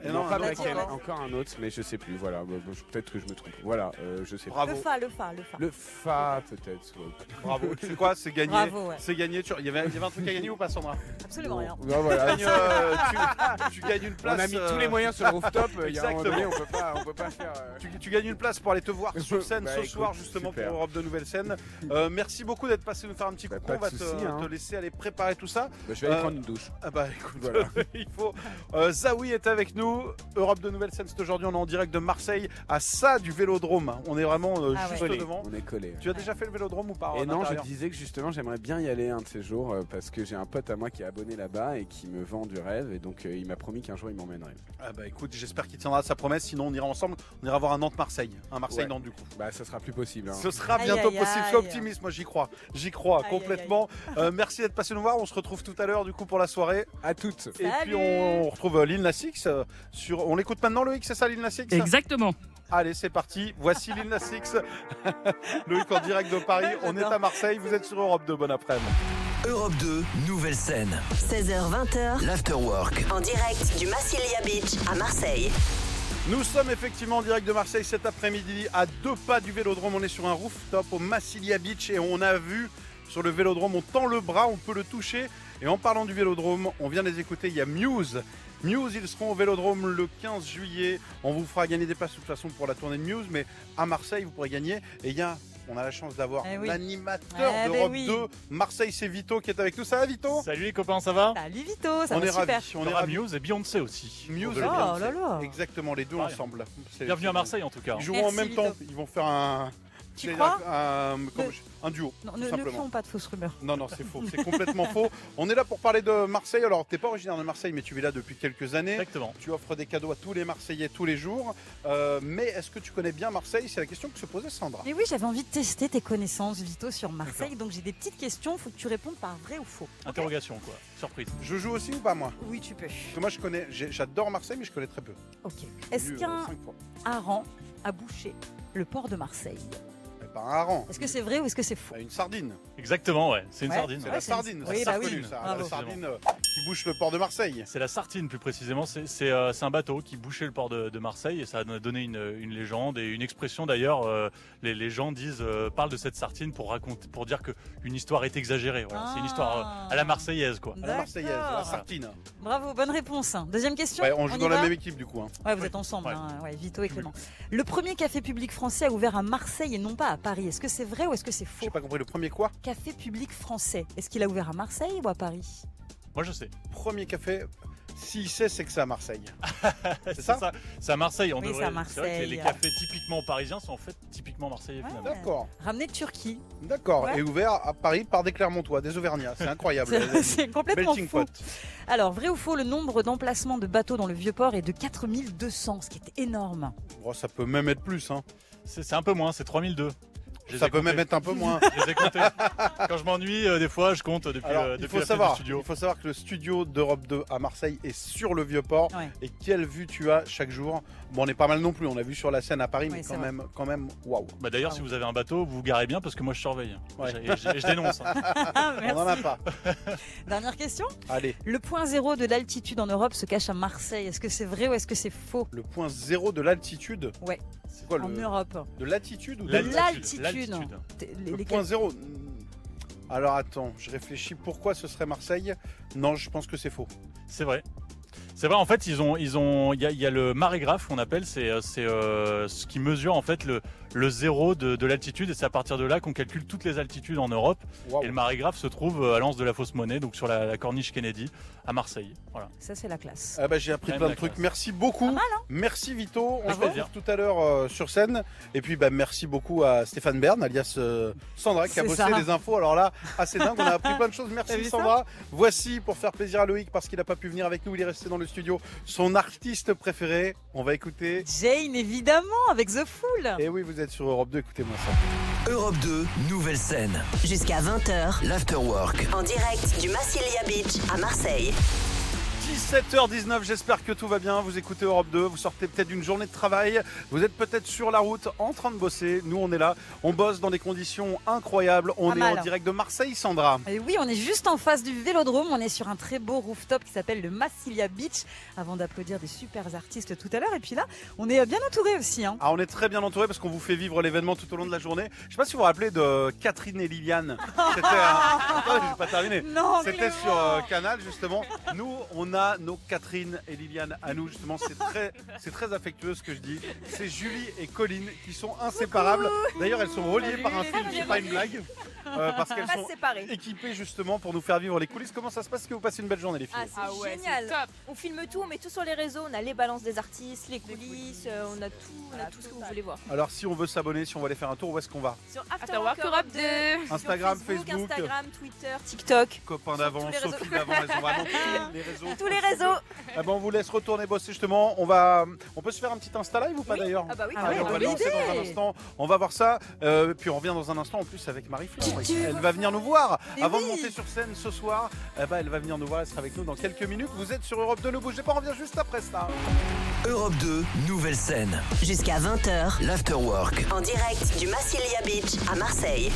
Et
Non,
non,
pas
un
Black
autre.
M, encore un autre, mais je sais plus. Voilà, bon, bon, je- peut-être que je me trompe. Voilà, euh, je sais pas.
Le
Bravo,
fa, le fa, le fa.
Le Fa, peut-être. ouais.
bravo. Tu sais quoi, c'est gagné.
Bravo, ouais.
C'est gagné. Tu- Il y, avait, il y avait un truc à gagner ou pas, Sandra
Absolument rien.
Ouais, voilà.
Gagne, euh, tu, tu gagnes une
On
place.
a mis
euh,
tous les moyens sur le rooftop.
<laughs>
euh, Il y a un moment donné, on
Exactement.
peut pas, on peut pas faire. euh,
Tu, tu gagnes une place pour aller te voir sur scène
Bah,
ce
écoute,
soir justement
super.
pour Europe de Nouvelle Scène. Euh, merci beaucoup d'être passé nous faire un petit
Bah,
coucou.
pas
on va
de
te,
souci, hein.
te laisser aller préparer tout ça.
Bah, je vais aller
Euh,
prendre une douche.
Ah bah écoute,
Voilà.
<laughs> il faut. Euh, Zawi est avec nous. Europe de Nouvelle Scène, c'est aujourd'hui. On est en direct de Marseille à ça du Vélodrome. On est vraiment euh,
Ah
juste
ouais.
devant.
On est collés.
Tu as déjà fait le Vélodrome ou pas en
Et non, je
intérieur
disais que justement, j'aimerais bien y aller un de ces jours euh, parce que j'ai un pote à moi qui est abonné là-bas et qui me vend du rêve. Et donc, euh, il m'a promis qu'un jour, il m'emmènerait.
Ah bah écoute, j'espère qu'il tiendra sa promesse. Sinon, on ira ensemble. On ira voir un Nantes Marseille, un Marseille Nantes du coup.
Bah, ça sera plus possible. hein.
Ce sera
Aïe,
bientôt
aïe,
possible. Sois
aïe.
optimiste, moi j'y crois. J'y crois
Aïe, aïe,
complètement. Euh, merci d'être passé nous voir. On se retrouve tout à l'heure du coup pour la soirée.
À toutes.
Et
Salut.
puis on, on retrouve euh, Lil Nas X, euh, sur. On l'écoute maintenant Loïc, c'est ça Lil Nas X
Exactement.
Allez, c'est parti. Voici Lil Nas X. <laughs> Loïc en direct de Paris. On est à Marseille. Vous êtes sur Europe 2. Bon après-midi.
Europe 2, nouvelle scène.
16h20h,
L'afterwork.
en direct du Massilia Beach à Marseille.
Nous sommes effectivement en direct de Marseille cet après-midi à deux pas du Vélodrome. On est sur un rooftop au Massilia Beach et on a vu sur le Vélodrome, on tend le bras, on peut le toucher. Et en parlant du Vélodrome, on vient les écouter, il y a Muse. Muse, ils seront au Vélodrome le 15 juillet. On vous fera gagner des places de toute façon pour la tournée de Muse, mais à Marseille, vous pourrez gagner. Et il y a, on a la chance d'avoir
Eh oui.
l'animateur
Eh ben
d'Europe
oui.
2, Marseille, c'est Vito qui est avec nous. Ça va Vito
Salut les copains, ça va
Salut Vito, Oh, ça
On
va
est
super.
ravis, on est ravis.
Muse et Beyoncé aussi.
Muse
Oh
et
là
Beyoncé.
là.
Exactement, les deux
Pareil.
ensemble. C'est-
Bienvenue à Marseille en tout cas.
Ils joueront
Merci,
en même
Vito.
temps. Ils vont faire un.
Tu
c'est
crois
un, un- comment
Ne-
je- un duo.
Non,
tout
ne, ne
simplement.
créons pas de fausses rumeurs.
Non, non, c'est faux. C'est complètement faux. On est là pour parler de Marseille. Alors, t'es pas originaire de Marseille, mais tu vis là depuis quelques années.
Exactement.
Tu offres des cadeaux à tous les Marseillais tous les jours. Euh, mais est-ce que tu connais bien Marseille C'est la question que se posait Sandra.
Mais oui, j'avais envie de tester tes connaissances, Vito, sur Marseille. Donc j'ai des petites questions, faut que tu répondes par vrai ou faux.
Interrogation quoi. Surprise.
Je joue aussi ou pas, moi
Oui, tu peux.
Parce que moi, je connais. j'ai- J'adore Marseille, mais je connais très peu.
Ok. Est-ce
J'ai eu, euh,
qu'un
cinq fois.
harangue a bouché le port de Marseille
Mais Pas Eh ben, un hareng.
Est-ce que c'est vrai ou est-ce que c'est faux
Pas Une sardine.
Exactement, ouais. C'est une
Ouais.
sardine.
C'est
Ouais,
la
c'est-
sardine.
oui, bah
ça, c'est
oui.
reconnu, ça.
Bravo.
La sardine euh, qui bouche le port de Marseille.
C'est la sartine plus précisément. C'est c'est, euh, c'est un bateau qui bouchait le port de, de Marseille et ça a donné une, une légende et une expression d'ailleurs. euh, les, les gens disent, euh, parlent de cette sartine pour raconter, pour dire que une histoire est exagérée. Voilà. C'est une histoire euh, à la marseillaise quoi.
À La Marseillaise, la
Ah. D'accord.
sardine.
Bravo, bonne réponse. Deuxième question.
Ouais, on joue
y
dans la
va
même équipe du coup. hein.
Ouais, vous êtes ensemble,
Ouais.
hein, ouais, Vito et Clément. Le premier café public français a ouvert à Marseille et non pas à Paris. Est-ce que c'est vrai ou est-ce que c'est faux
J'ai pas compris le premier quoi
Café public français, est-ce qu'il a ouvert à Marseille ou à Paris
Moi je sais. Ah,
Premier café, s'il sait, c'est que c'est à Marseille.
<laughs> C'est
ça
ça. C'est à Marseille. On
Oui,
devrait.
c'est à
c'est vrai que les, les
Marseille.
cafés typiquement parisiens sont en fait typiquement marseillais
Ouais.
finalement.
D'accord,
Ramené de Turquie.
d'accord.
Ouais.
Et ouvert à Paris par des Clermontois, des Auvergnats. C'est
<laughs>
incroyable.
C'est c'est complètement
Melting
fou.
pot.
Alors, vrai ou faux, le nombre d'emplacements de bateaux dans le vieux port est de 4200, ce qui est
<laughs>
énorme. <laughs>
Oh, ça peut même être plus. Hein.
C'est c'est un peu moins. C'est 3002. Je les
Ça
ai
peut
comptés.
même
<laughs>
être un peu moins.
Je les ai comptés. Quand je m'ennuie, euh, des fois, je compte depuis,
Alors,
euh,
il
depuis
faut
la fenêtre du
savoir, il
studio.
faut savoir que le studio d'Europe 2 à Marseille est sur le vieux port.
Ouais.
Et quelle vue tu as chaque jour Bon, on est pas mal non plus. On a vu sur la scène à Paris,
Ouais,
mais
c'est
quand
vrai.
même, quand même, waouh.
Bah D'ailleurs, si vous avez un bateau, vous vous garez bien parce que moi, je surveille.
Ah. Ouais.
Et, je, et je dénonce. hein.
Ah,
On
merci.
en a pas.
<laughs> Dernière question.
<laughs> Allez,
Le point zéro de l'altitude en Europe se cache à Marseille. Est-ce que c'est vrai ou est-ce que c'est faux
le point zéro de l'altitude.
Ouais.
C'est quoi
En
le
Europe.
de l'altitude ou de
L'altitude.
L'altitude.
Les-
Le
les-
point zéro. hmm. Alors attends, je réfléchis. Pourquoi ce serait Marseille Non, je pense que c'est faux.
C'est vrai. C'est vrai, en fait, ils ont, ils ont, il y, a- il y a le marégraphe qu'on appelle, c'est, euh, c'est euh, ce qui mesure en fait le, le zéro de, de l'altitude, et c'est à partir de là qu'on calcule toutes les altitudes en Europe.
Waouh.
Et le marégraphe se trouve euh, à l'Anse de la Fausse Monnaie, donc sur la, la corniche Kennedy, à Marseille. Voilà.
Ça, c'est la classe.
Ah bah, j'ai appris
Même
plein de
la
trucs.
classe.
Merci beaucoup.
Pas mal, hein.
Merci Vito. On
Avec
se retrouve
plaisir.
tout à l'heure euh, sur scène. Et puis bah merci beaucoup à Stéphane Bern, alias euh, Sandra, qui a
C'est
bossé
ça.
les infos. Oh, Alors là, assez dingue, on a appris plein de choses.
T'as
Merci
vu ça
Sandra. Voici pour faire plaisir à Loïc parce qu'il n'a pas pu venir avec nous, il est resté dans le studio. Son artiste préféré. On va écouter.
Jane, évidemment, avec The Fool.
Et oui, vous êtes sur Europe 2, écoutez-moi ça.
Europe 2, nouvelle scène.
Jusqu'à 20h,
L'afterwork.
en direct du Massilia Beach à Marseille.
17h19, j'espère que tout va bien. Vous écoutez Europe 2, vous sortez peut-être d'une journée de travail, vous êtes peut-être sur la route en train de bosser. Nous, on est là, on bosse dans des conditions incroyables. On
Pas
est
mal.
en direct de Marseille, Sandra.
Et Eh oui, on est juste en face du vélodrome. On est sur un très beau rooftop qui s'appelle le Massilia Beach. Avant d'applaudir des super artistes tout à l'heure. Et puis là, on est bien entouré aussi. hein.
Ah, on est très bien entouré parce qu'on vous fait vivre l'événement tout au long de la journée. Je sais pas si vous vous rappelez de Catherine
<laughs>
et Liliane. C'était. un- Attendez, Ah, j'ai
<laughs>
pas terminé.
Non,
C'était
Clément.
sur euh, Canal justement. Nous, on a nos Catherine et Liliane à nous justement. C'est très, c'est très affectueux ce que je dis. C'est Julie et Colline qui sont inséparables. D'ailleurs, elles sont reliées par un film, c'est pas une blague, Euh, parce qu'elles sont
séparés.
équipées justement pour nous faire vivre les coulisses. Comment ça se passe Est-ce que vous passez une belle journée les filles
Ah, c'est
Ah ouais,
génial.
c'est top.
On filme tout, on met tout sur les réseaux. On a les balances des artistes, les coulisses, euh, on a tout, on a tout ce que vous voulez voir.
Alors, si on veut s'abonner, si on veut aller faire un tour, où est-ce qu'on va
Sur
After Work Europe 2.
sur
Instagram,
Facebook,
Facebook,
Instagram, Twitter, TikTok.
Copains
Sur tous
d'avant,
les réseaux.
Sophie d'avant, elles ont
<laughs>
vraiment tous les réseaux.
Tous les réseaux.
Ah ben, on vous laisse retourner bosser justement. On va, on peut se faire un petit Insta live ou pas d'ailleurs
Ah bah oui,
Ah
Allez,
ouais,
on va
bonne
le lancer
idée.
dans un instant. On va voir ça. Euh, puis on revient dans un instant en plus avec Marie-Flore. Elle va venir nous voir.
Mais
Avant
oui.
de monter sur scène ce soir, eh ben, elle va venir nous voir. Elle sera avec nous dans quelques minutes. Vous êtes sur Europe 2, ne bougez pas. On revient juste après ça.
Europe 2, nouvelle scène.
Jusqu'à 20h.
L'afterwork.
En direct du Massilia Beach à Marseille.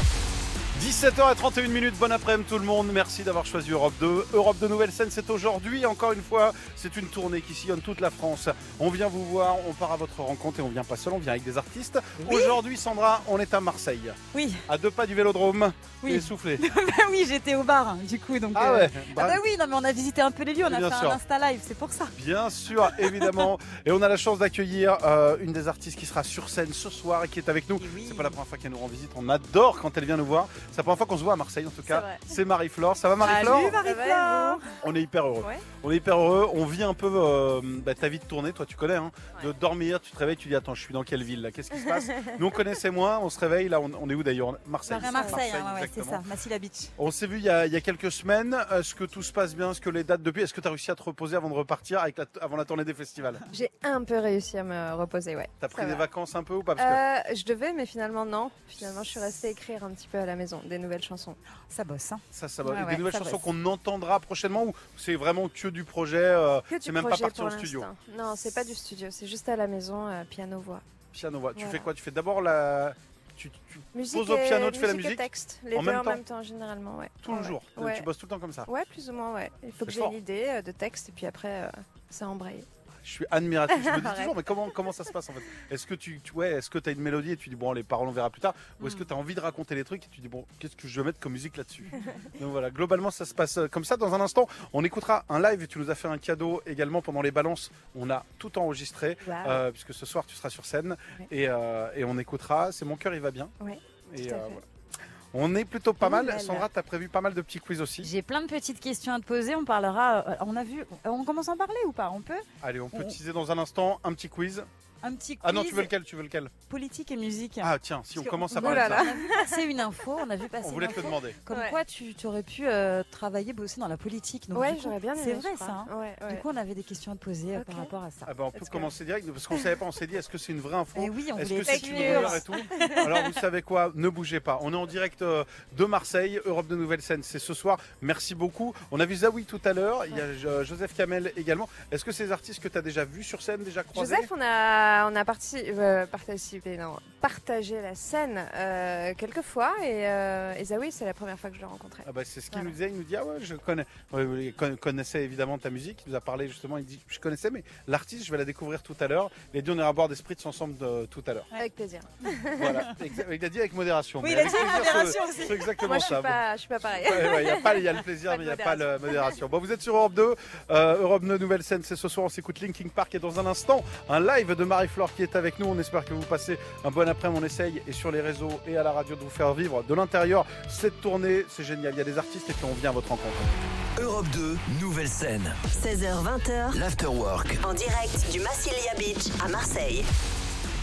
17h31 minutes. Bon après-midi tout le monde. Merci d'avoir choisi Europe 2. Europe 2 nouvelle scène, c'est aujourd'hui. Encore une fois, c'est une tournée qui sillonne toute la France. On vient vous voir, on part à votre rencontre et on vient pas seul, on vient avec des artistes. Aujourd'hui, Sandra, on est à Marseille,
Oui,
à deux pas du Vélodrome.
Oui.
Et
<laughs>
soufflé.
bah oui, j'étais au bar hein, du coup. Donc,
Ah
euh,
ouais.
Ah bah oui, non mais on a visité un peu les lieux, on a
Bien
fait
sûr.
un Insta live, c'est pour ça.
Bien sûr, évidemment. et on a la chance d'accueillir euh, une des artistes qui sera sur scène ce soir et qui est avec nous. C'est pas la première fois qu'elle nous rend visite. On adore quand elle vient nous voir. C'est la première fois qu'on se voit à Marseille, en tout cas.
vrai.
C'est Marie-Flore. Ça va, Marie-Flore
Marie-Flore
On est hyper heureux.
Ouais.
On est hyper heureux. On vit un peu euh, bah, ta vie de tournée. Toi, tu connais. Hein, De dormir, tu te réveilles, tu dis Attends, je suis dans quelle ville là Qu'est-ce qui se passe Nous, on connaissait moins. On se réveille. Là, on, on est où d'ailleurs Marseille.
À Marseille, hein, ouais, ouais, c'est
exactement.
ça, Massila Beach.
On s'est vu il y, a, il y a quelques semaines. Est-ce que tout se passe bien Est-ce que les dates depuis Est-ce que tu as réussi à te reposer avant de repartir avec la- avant la tournée des festivals
J'ai un peu réussi à me reposer, ouais.
T'as
Ça
pris des
va.
vacances un peu ou pas Parce que
Euh, je devais, mais finalement non. Finalement, je suis restée écrire un petit peu à la maison des nouvelles chansons.
Ça bosse. hein.
ça, ça va.
ouais,
des
ouais,
nouvelles
ça
chansons
bosse.
qu'on entendra prochainement ou c'est vraiment que du projet euh,
Que
C'est
du
même pas
projet
parti
pour
en studio.
l'instant. Non, c'est pas du studio, c'est juste à la maison, euh, piano voix.
piano voix Tu
Voilà.
fais quoi Tu fais d'abord la. Tu, tu-
Musique
poses au
et-
piano, tu fais la musique
et texte, les
en
deux
même
en
temps
même temps généralement, ouais.
tout le
Ouais,
jour.
Ouais.
Tu bosses tout le temps comme ça.
Ouais, plus ou moins, ouais. Il faut que
C'est
j'ai
fort.
une idée euh, de texte et puis après, euh, ça embraye.
Je suis admiratif. Je me
<laughs>
dis
Arrête.
toujours, mais comment, comment ça se passe en fait Est-ce que tu, tu ouais, est-ce que as une mélodie et tu dis bon les paroles on verra plus tard, ou
Mm.
est-ce que tu as envie de raconter les trucs et tu dis bon qu'est-ce que je vais mettre comme musique là-dessus Donc voilà, globalement ça se passe euh, comme ça. Dans un instant, on écoutera un live et tu nous as fait un cadeau également pendant les balances. On a tout enregistré. Euh, puisque ce soir tu seras sur scène
Ouais.
et, euh, et on écoutera. C'est mon cœur, il va bien.
Ouais,
Et,
tout à
euh,
fait.
voilà. On est plutôt pas mal.
Nouvelle.
Sandra, t'as prévu pas mal de petits quiz aussi.
J'ai plein de petites questions à te poser, on parlera, euh, on a vu, on commence à en parler ou pas On peut
Allez, on peut
On-
teaser dans un instant un petit quiz.
Un petit quiz
Ah non, tu veux lequel Tu veux lequel
politique et musique.
Ah tiens, si on
Parce que-
commence à
Oh
parler
là
de ça,
C'est une info, on a vu passer
on
une
voulait te le
info.
demander.
Comme
Ouais.
quoi tu, tu aurais pu euh, travailler, bosser dans la politique. Donc, du
ouais,
coup,
j'aurais bien aimé.
C'est
je
vrai
crois.
ça. hein.
Ouais, ouais.
Du coup, on avait des questions à te poser euh, par
Ok.
rapport à <laughs> ça.
Ah bah, on peut
Let's go.
commencer direct parce qu'on savait pas. On s'est dit, est-ce que c'est une vraie info
Et oui, on
Est-ce que
voulait
c'est
être
une
sûr.
rumeur et tout Alors vous savez quoi Ne bougez pas. On est en direct euh, de Marseille, Europe de Nouvelle Scène, c'est ce soir. Merci beaucoup. On a vu Zawi tout à l'heure, il y a euh, Joseph Kamel également. Est-ce que ces artistes que tu as déjà vus sur scène, déjà croisés
Joseph, on a, on a parti- euh, participé, non, partagé la scène euh, quelques fois et, euh, et Zawi, c'est la première fois que je le rencontrais.
ah bah, c'est ce qu'il
Voilà.
nous disait, il nous dit ah ouais je connais, ouais, il con- connaissait évidemment ta musique, il nous a parlé justement, il dit je connaissais mais l'artiste je vais la découvrir tout à l'heure, il a dit on ira boire des spritz ensemble euh, tout à l'heure.
Avec plaisir.
Voilà, Exa- il a dit avec modération.
Oui,
mais
il a
avec
dit avec
plaisir,
modération
<laughs> c'est-
aussi.
C'est exactement
Moi, je
ça.
suis pas, je suis pas pareil.
Ouais, ouais, y a pas- Il y a le plaisir,
Pas de
mais il n'y a pas la modération. Bon, vous êtes sur Europe 2, euh, Europe 2 Nouvelle Scène, c'est ce soir, on s'écoute Linking Park et dans un instant, un live de Marie-Flore qui est avec nous. On espère que vous passez un bon après-midi, on essaye et sur les réseaux et à la radio de vous faire vivre de l'intérieur cette tournée, c'est génial. Il y a des artistes et puis on vient à votre rencontre.
Europe 2, nouvelle scène.
16h20h.
L'afterwork.
En direct du Massilia Beach à Marseille.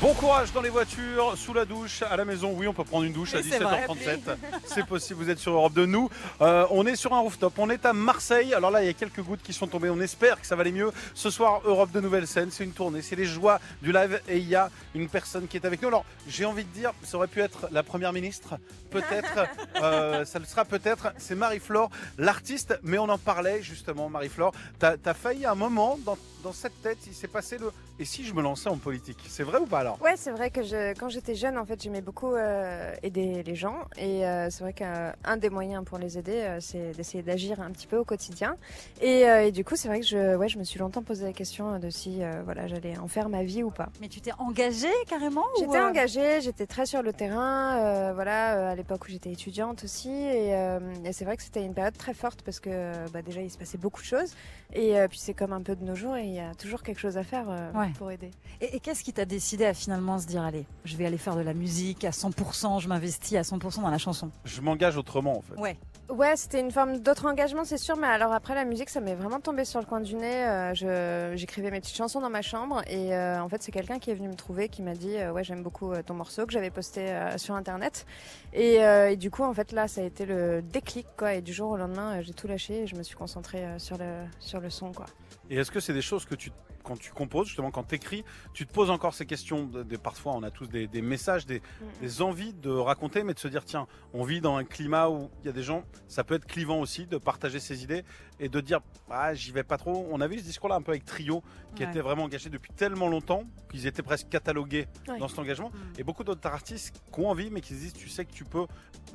Bon courage dans les voitures, sous la douche, à la maison. Oui, on peut prendre une douche à
Oui, c'est vrai.
17h37. C'est possible, vous êtes sur Europe de nous. Euh, on est sur un rooftop, on est à Marseille. Alors là, il y a quelques gouttes qui sont tombées. On espère que ça va aller mieux. Ce soir, Europe de Nouvelle Scène, c'est une tournée, c'est les joies du live. Et il y a une personne qui est avec nous. Alors, j'ai envie de dire, ça aurait pu être la première ministre. Peut-être, euh, ça le sera peut-être. C'est Marie-Flore, l'artiste. Mais on en parlait justement, Marie-Flore. T'as as failli à un moment, dans, dans cette tête, il s'est passé le. Et si je me lançais en politique C'est vrai ou pas alors
Ouais, c'est vrai que je, quand j'étais jeune, en fait, j'aimais beaucoup euh, aider les gens. Et euh, c'est vrai qu'un un des moyens pour les aider, euh, c'est d'essayer d'agir un petit peu au quotidien. Et, euh, et du coup, c'est vrai que je, ouais, je me suis longtemps posé la question euh, de si euh, voilà, j'allais en faire ma vie ou pas.
Mais tu t'es engagé carrément ou,
J'étais
euh,
engagée, j'étais très sur le terrain, euh, voilà, euh, à l'époque où j'étais étudiante aussi. Et, euh, et c'est vrai que c'était une période très forte parce que euh, bah, déjà, il se passait beaucoup de choses. Et euh, puis, c'est comme un peu de nos jours et il y a toujours quelque chose à faire euh,
Ouais.
pour aider.
Et, et qu'est-ce qui t'a décidé à finalement se dire allez, je vais aller faire de la musique à 100%, je m'investis à 100% dans la chanson
Je m'engage autrement en fait.
Ouais.
Ouais, c'était une forme d'autre engagement, c'est sûr. Mais alors après la musique, ça m'est vraiment tombé sur le coin du nez. Euh, je- J'écrivais mes petites chansons dans ma chambre et euh, en fait c'est quelqu'un qui est venu me trouver qui m'a dit euh, ouais j'aime beaucoup euh, ton morceau que j'avais posté euh, sur internet et, euh, et du coup en fait là ça a été le déclic quoi et du jour au lendemain euh, j'ai tout lâché et je me suis concentrée euh, sur le sur le son quoi.
Et est-ce que c'est des choses que tu, quand tu composes, justement, quand tu écris, tu te poses encore ces questions de- des- Parfois, on a tous des, des messages, des,
Mm,
des envies de raconter, mais de se dire, tiens, on vit dans un climat où il y a des gens, ça peut être clivant aussi de partager ses idées et de dire, ah, j'y vais pas trop. On a vu ce discours-là un peu avec Trio, qui
Ouais.
était vraiment engagé depuis tellement longtemps qu'ils étaient presque catalogués
Ouais.
dans cet engagement.
Mm.
Et beaucoup d'autres artistes qui ont envie, mais qui se disent, tu sais que tu peux,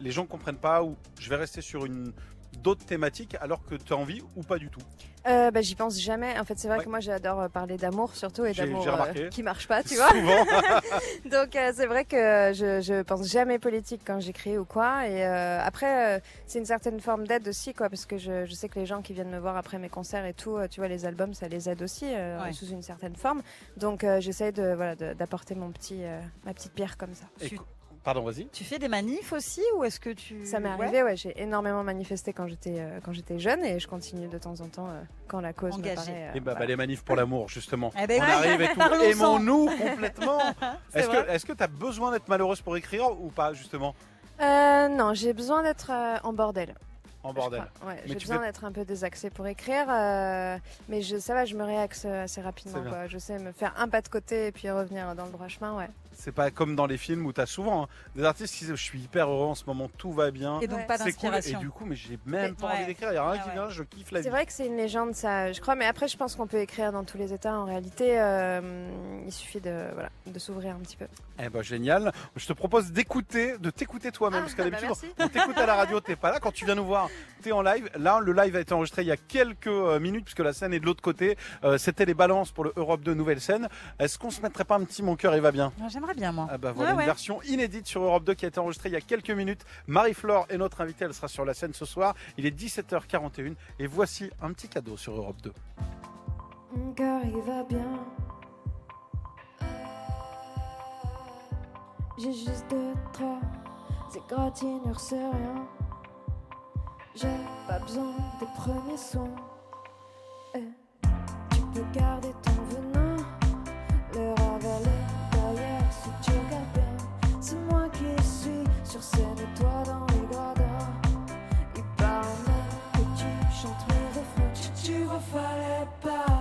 les gens comprennent pas, ou je vais rester sur une d'autres thématiques alors que tu as envie ou pas du tout.
Euh, bah, j'y pense jamais. En fait c'est vrai
Ouais.
que moi j'adore euh, parler d'amour surtout et
J'ai-
d'amour euh,
j'ai remarqué.
qui marche pas tu vois. <laughs>
<laughs> Souvent.
Donc euh, c'est vrai que je, je pense jamais politique quand j'écris ou quoi. Et euh, après, euh, c'est une certaine forme d'aide aussi, quoi, parce que je, je sais que les gens qui viennent me voir après mes concerts et tout, euh, tu vois, les albums, ça les aide aussi euh,
Ouais.
sous une certaine forme. Donc euh, j'essaye de voilà de- d'apporter mon petit euh, ma petite pierre comme ça.
Et
Tu,
co- Pardon, vas-y.
tu fais des manifs aussi ou est-ce que tu.
Ça m'est
Mmh, Ouais.
arrivé, ouais, j'ai énormément manifesté quand j'étais euh, quand j'étais jeune et je continue de temps en temps euh, quand la cause
Engagée.
me paraît. euh,
Et bah,
voilà.
les manifs pour l'amour, justement.
Eh ben
On
oui. <laughs>
arrive et tout.
Parlons-en.
Aimons-nous complètement.
<laughs> C'est
Est-ce
vrai.
que est-ce que tu as besoin d'être malheureuse pour écrire ou pas, justement,
Euh, non, j'ai besoin d'être euh, en bordel.
en
Je
bordel
crois, ouais,
Mais
j'ai
tu
besoin
peux-
d'être un peu désaxée pour écrire, euh, mais je, ça va, je me réaxe euh, assez
C'est
rapidement.
bien.
Quoi. Je sais me faire un pas de côté et puis revenir dans le droit chemin. Ouais.
C'est pas comme dans les films où tu as souvent hein, des artistes qui disent Je suis hyper heureux en ce moment, tout va bien.
Et donc
Ouais.
pas
C'est cool. Et
d'inspiration.
du coup, mais j'ai
Mais-
même pas envie
ouais.
d'écrire. Il y a rien
Ah
qui
ouais.
vient, je kiffe la vie.
C'est vrai que c'est une légende, ça, je crois, mais après, je pense qu'on peut écrire dans tous les états. En réalité, euh, il suffit de, voilà, de s'ouvrir un petit peu.
Eh ben, génial. Je te propose d'écouter, de t'écouter toi-même. parce qu'à
bah
l'habitude,
merci.
on t'écoute à la radio, t'es pas là. Quand tu viens nous voir, t'es en live. Là, le live a été enregistré il y a quelques euh, minutes, puisque la scène est de l'autre côté. Euh, C'était les balances pour le Europe 2 Nouvelle Scène. Est-ce qu'on se mettrait pas un petit Mon cœur, il va bien
Ouais, J'aimerais bien moi.
Ah bah voilà
Ouais, ouais.
une version inédite sur Europe 2 qui a été enregistrée il y a quelques minutes. Marie-Flore est notre invitée, elle sera sur la scène ce soir. Il est 17h41 et voici un petit cadeau sur Europe 2.
Mon cœur il va bien. J'ai juste deux traits, c'est gratineur, c'est rien. J'ai pas besoin des premiers sons. Eh, tu peux garder ton venin, le ravaler derrière si tu regardes bien. C'est moi qui suis sur scène et toi dans les gradins. Il paraît même que tu chantes mes refrains, tu, tu refallais pas.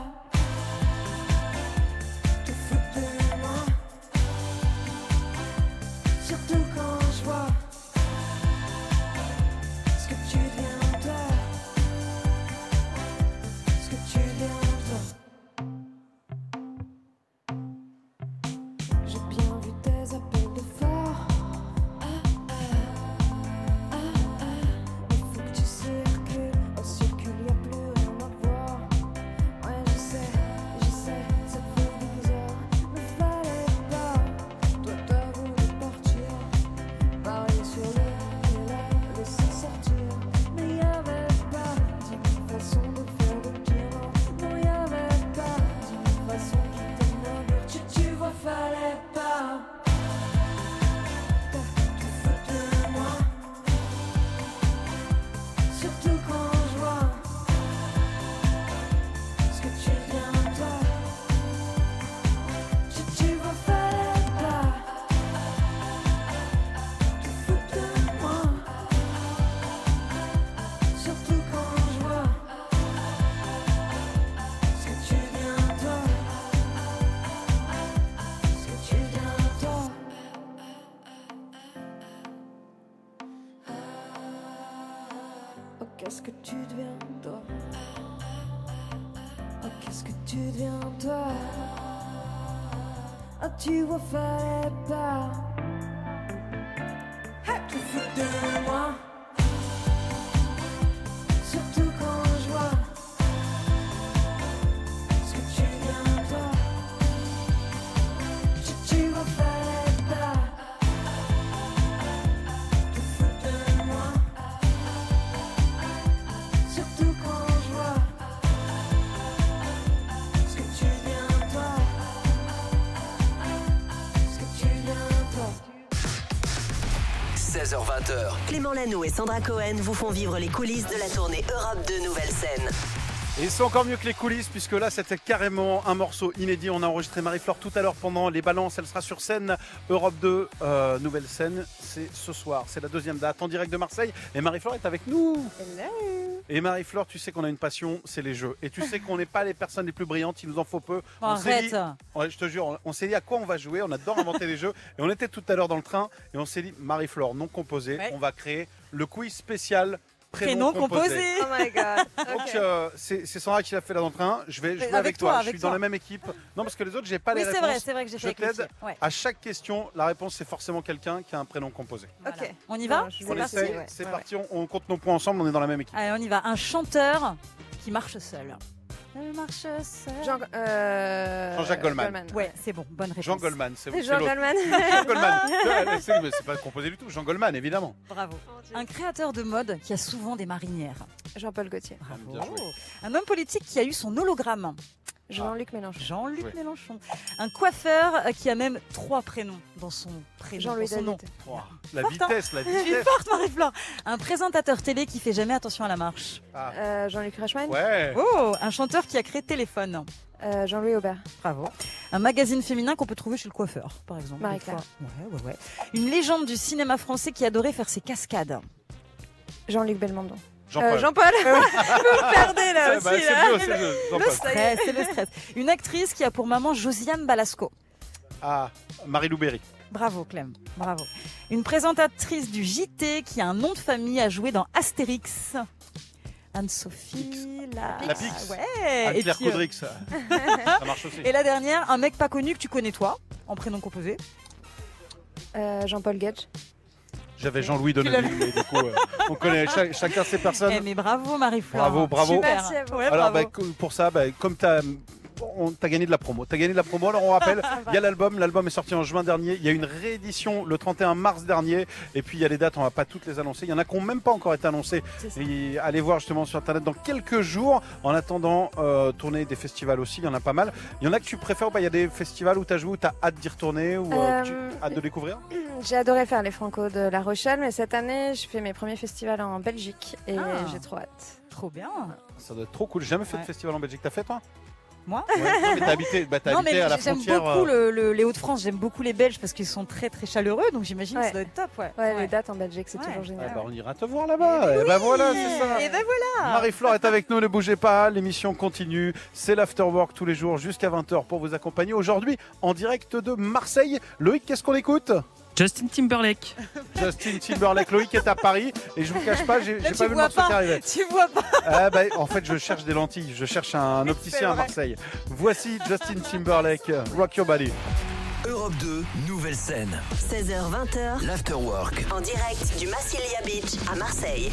Te foutre de moi. Surtout quand je vois ce que tu viens toi. Ce que tu viens toi. J'ai bien vu tes appels de phare. Ah, ah, ah, ah. Il faut que tu circules, au circuit, y a plus rien à voir. Ouais, Oh, Qu'est-ce que tu deviens toi Oh, qu'est-ce que tu deviens toi Ah, tu vois, fallait pas Hey, te foutre de moi Surtout quand je vois ce que tu deviens toi Tu- Tu vois, fallait pas Te foutre de moi Surtout quand je vois ce que tu viens toi, ce que tu viens toi.
16h20h.
Clément Lanoux et Sandra Cohen vous font vivre les coulisses de la tournée Europe 2 Nouvelle Scène.
Et c'est encore mieux que les coulisses, puisque là, c'était carrément un morceau inédit. On a enregistré Marie-Flore tout à l'heure pendant les balances. Elle sera sur scène Europe 2, euh, nouvelle scène. C'est ce soir. C'est la deuxième date en direct de Marseille. Et Marie-Flore est avec nous. Et Marie-Flore, tu sais qu'on a une passion, c'est les jeux. Et tu sais qu'on n'est pas les personnes les plus brillantes, il nous en faut peu.
Bon,
on s'est dit-
arrête.
Ouais, je te jure, on- on s'est dit à quoi on va jouer. On adore inventer <laughs> des jeux. Et on était tout à l'heure dans le train et on s'est dit, Marie-Flore, non composé,
Ouais.
on va créer le quiz spécial prénom
Prénom
composé.
composé.
Oh my
<laughs>
god.
Donc
Ok.
euh, c'est c'est Sandra qui l'a fait là dans le train. Je vais jouer
avec
avec, toi.
toi,
Je
avec
suis dans
toi.
la même équipe. Non, parce que les autres, j'ai pas
Oui,
les
c'est
réponses.
vrai, c'est vrai que j'ai
Je
fait
t'aide.
avec ouais.
À chaque question, la réponse c'est forcément quelqu'un qui a un prénom composé.
Voilà.
Ok.
On y va
Bon, je
C'est
On
vais
parti
essaye.
ouais.
C'est
Ouais,
parti. On, on compte nos points ensemble. On est dans la même équipe.
Allez, on y va. Un chanteur qui marche seul. Il marche seul.
Jean, euh,
Jean-Jacques Goldman.
Ouais, c'est bon. Bonne réponse.
Jean Goldman, c'est c'est
Jean
l'autre.
Goldman.
<laughs> Jean
<laughs>
Goldman. Ouais, c'est mais c'est pas composé du tout. Jean Goldman, évidemment.
Bravo. Un créateur de mode qui a souvent des marinières.
Jean-Paul Gaultier.
Ah, Bien joué.
Un homme politique qui a eu son hologramme.
Jean-Luc Mélenchon.
Jean-Luc
Ouais.
Mélenchon. Un coiffeur euh, qui a même trois prénoms dans son prénom.
Jean-Louis
dans son nom.
David.
Ouah, la
Fort, hein.
vitesse,
<laughs>
la
Je suis <laughs>
vitesse.
forte, Marie-Flore. Un présentateur télé qui fait jamais attention à la marche.
Euh, Jean-Luc Reichmann.
Ouais.
Oh, un chanteur qui a créé Téléphone.
Euh, Jean-Louis Aubert.
Bravo. Un magazine féminin qu'on peut trouver chez le coiffeur, par exemple.
Marie
Des fois. Ouais, ouais, ouais. Une légende du cinéma français qui adorait faire ses cascades.
Jean-Luc Belmondo.
Jean-Paul.
Euh,
<laughs>
Jean-Paul. <laughs> Vous me perdez là
Ouais,
aussi.
bah, c'est
là.
mieux, c'est mieux. Jean-Paul.
Ça y est.
Stress, c'est le stress. Une actrice qui a pour maman Josiane Balasco.
Ah, Marie Louberry.
Bravo, Clem. Bravo. Une présentatrice du JT qui a un nom de famille à jouer dans Astérix. Anne-Sophie, la...
La Pix.
Ah Ouais. Et,
Anne-Claire
puis, euh, <laughs>
Coudrix. Ça Ça marche aussi.
et la dernière, un mec pas connu que tu connais toi, en prénom composé.
Euh, Jean-Paul Gage.
J'avais Jean-Louis Donnelly, mais du coup, euh, on connaît cha- chacun ses personnes.
Eh, mais bravo, Marie-Flore.
Bravo, bravo.
Super.
Merci à vous.
Ouais,
Alors,
bravo.
bah, co- pour ça, bah, comme tu as. gagné de la promo. T'as gagné de la promo. Alors on
<laughs>
rappelle, il y a l'album. L'album est sorti en juin dernier. Il y a une réédition le 31 mars dernier. Et puis il y a les dates. On va pas toutes les annoncer. Il y en a qui n'ont même pas encore été annoncées.
C'est ça.
Et allez voir justement sur internet dans quelques jours. En attendant, euh, tourner des festivals aussi. Il y en a pas mal. Il y en a que tu préfères. ou pas il y a des festivals où t'as joué, où t'as hâte d'y retourner, ou euh, que tu-
Euh,
hâte de découvrir.
<clears throat> J'ai adoré faire les Franco de La Rochelle, mais cette année, je fais mes premiers festivals en Belgique et
Ah.
j'ai trop hâte.
Trop bien.
Ça doit être trop cool. J'ai jamais fait
Ouais.
de
Ah
festival en Belgique. T'as fait toi
Moi
Ouais. Non, mais t'as habité, bah, t'as
Non,
habité
mais
à la
j'aime
frontière.
beaucoup le,
euh,
le- les Hauts-de-France, j'aime beaucoup les Belges parce qu'ils sont très très chaleureux, donc j'imagine que
Ouais.
ça doit être top. Ouais.
Ouais,
Ouais.
les dates en Belgique, c'est
Ouais.
toujours
Ah
génial.
bah, on ira te voir là-bas. Et bah voilà, c'est ça.
Et ben
Marie-Flore est avec nous, ne bougez pas, l'émission continue. C'est l'afterwork tous les jours jusqu'à 20h pour vous accompagner. Aujourd'hui, en direct de Marseille. Loïc, qu'est-ce qu'on écoute
Justin Timberlake.
Justin Timberlake. Loïc est à Paris et je vous cache pas, j'ai j'ai
tu
pas vu le
vois
morceau
pas.
qui arrivait.
tu vois pas.
Ah bah, en fait, je cherche des lentilles, je cherche un opticien à Marseille. Voici Justin Timberlake, Rock Your Body.
Europe 2, nouvelle scène.
16h20h,
L'afterwork.
en direct du Massilia Beach à Marseille.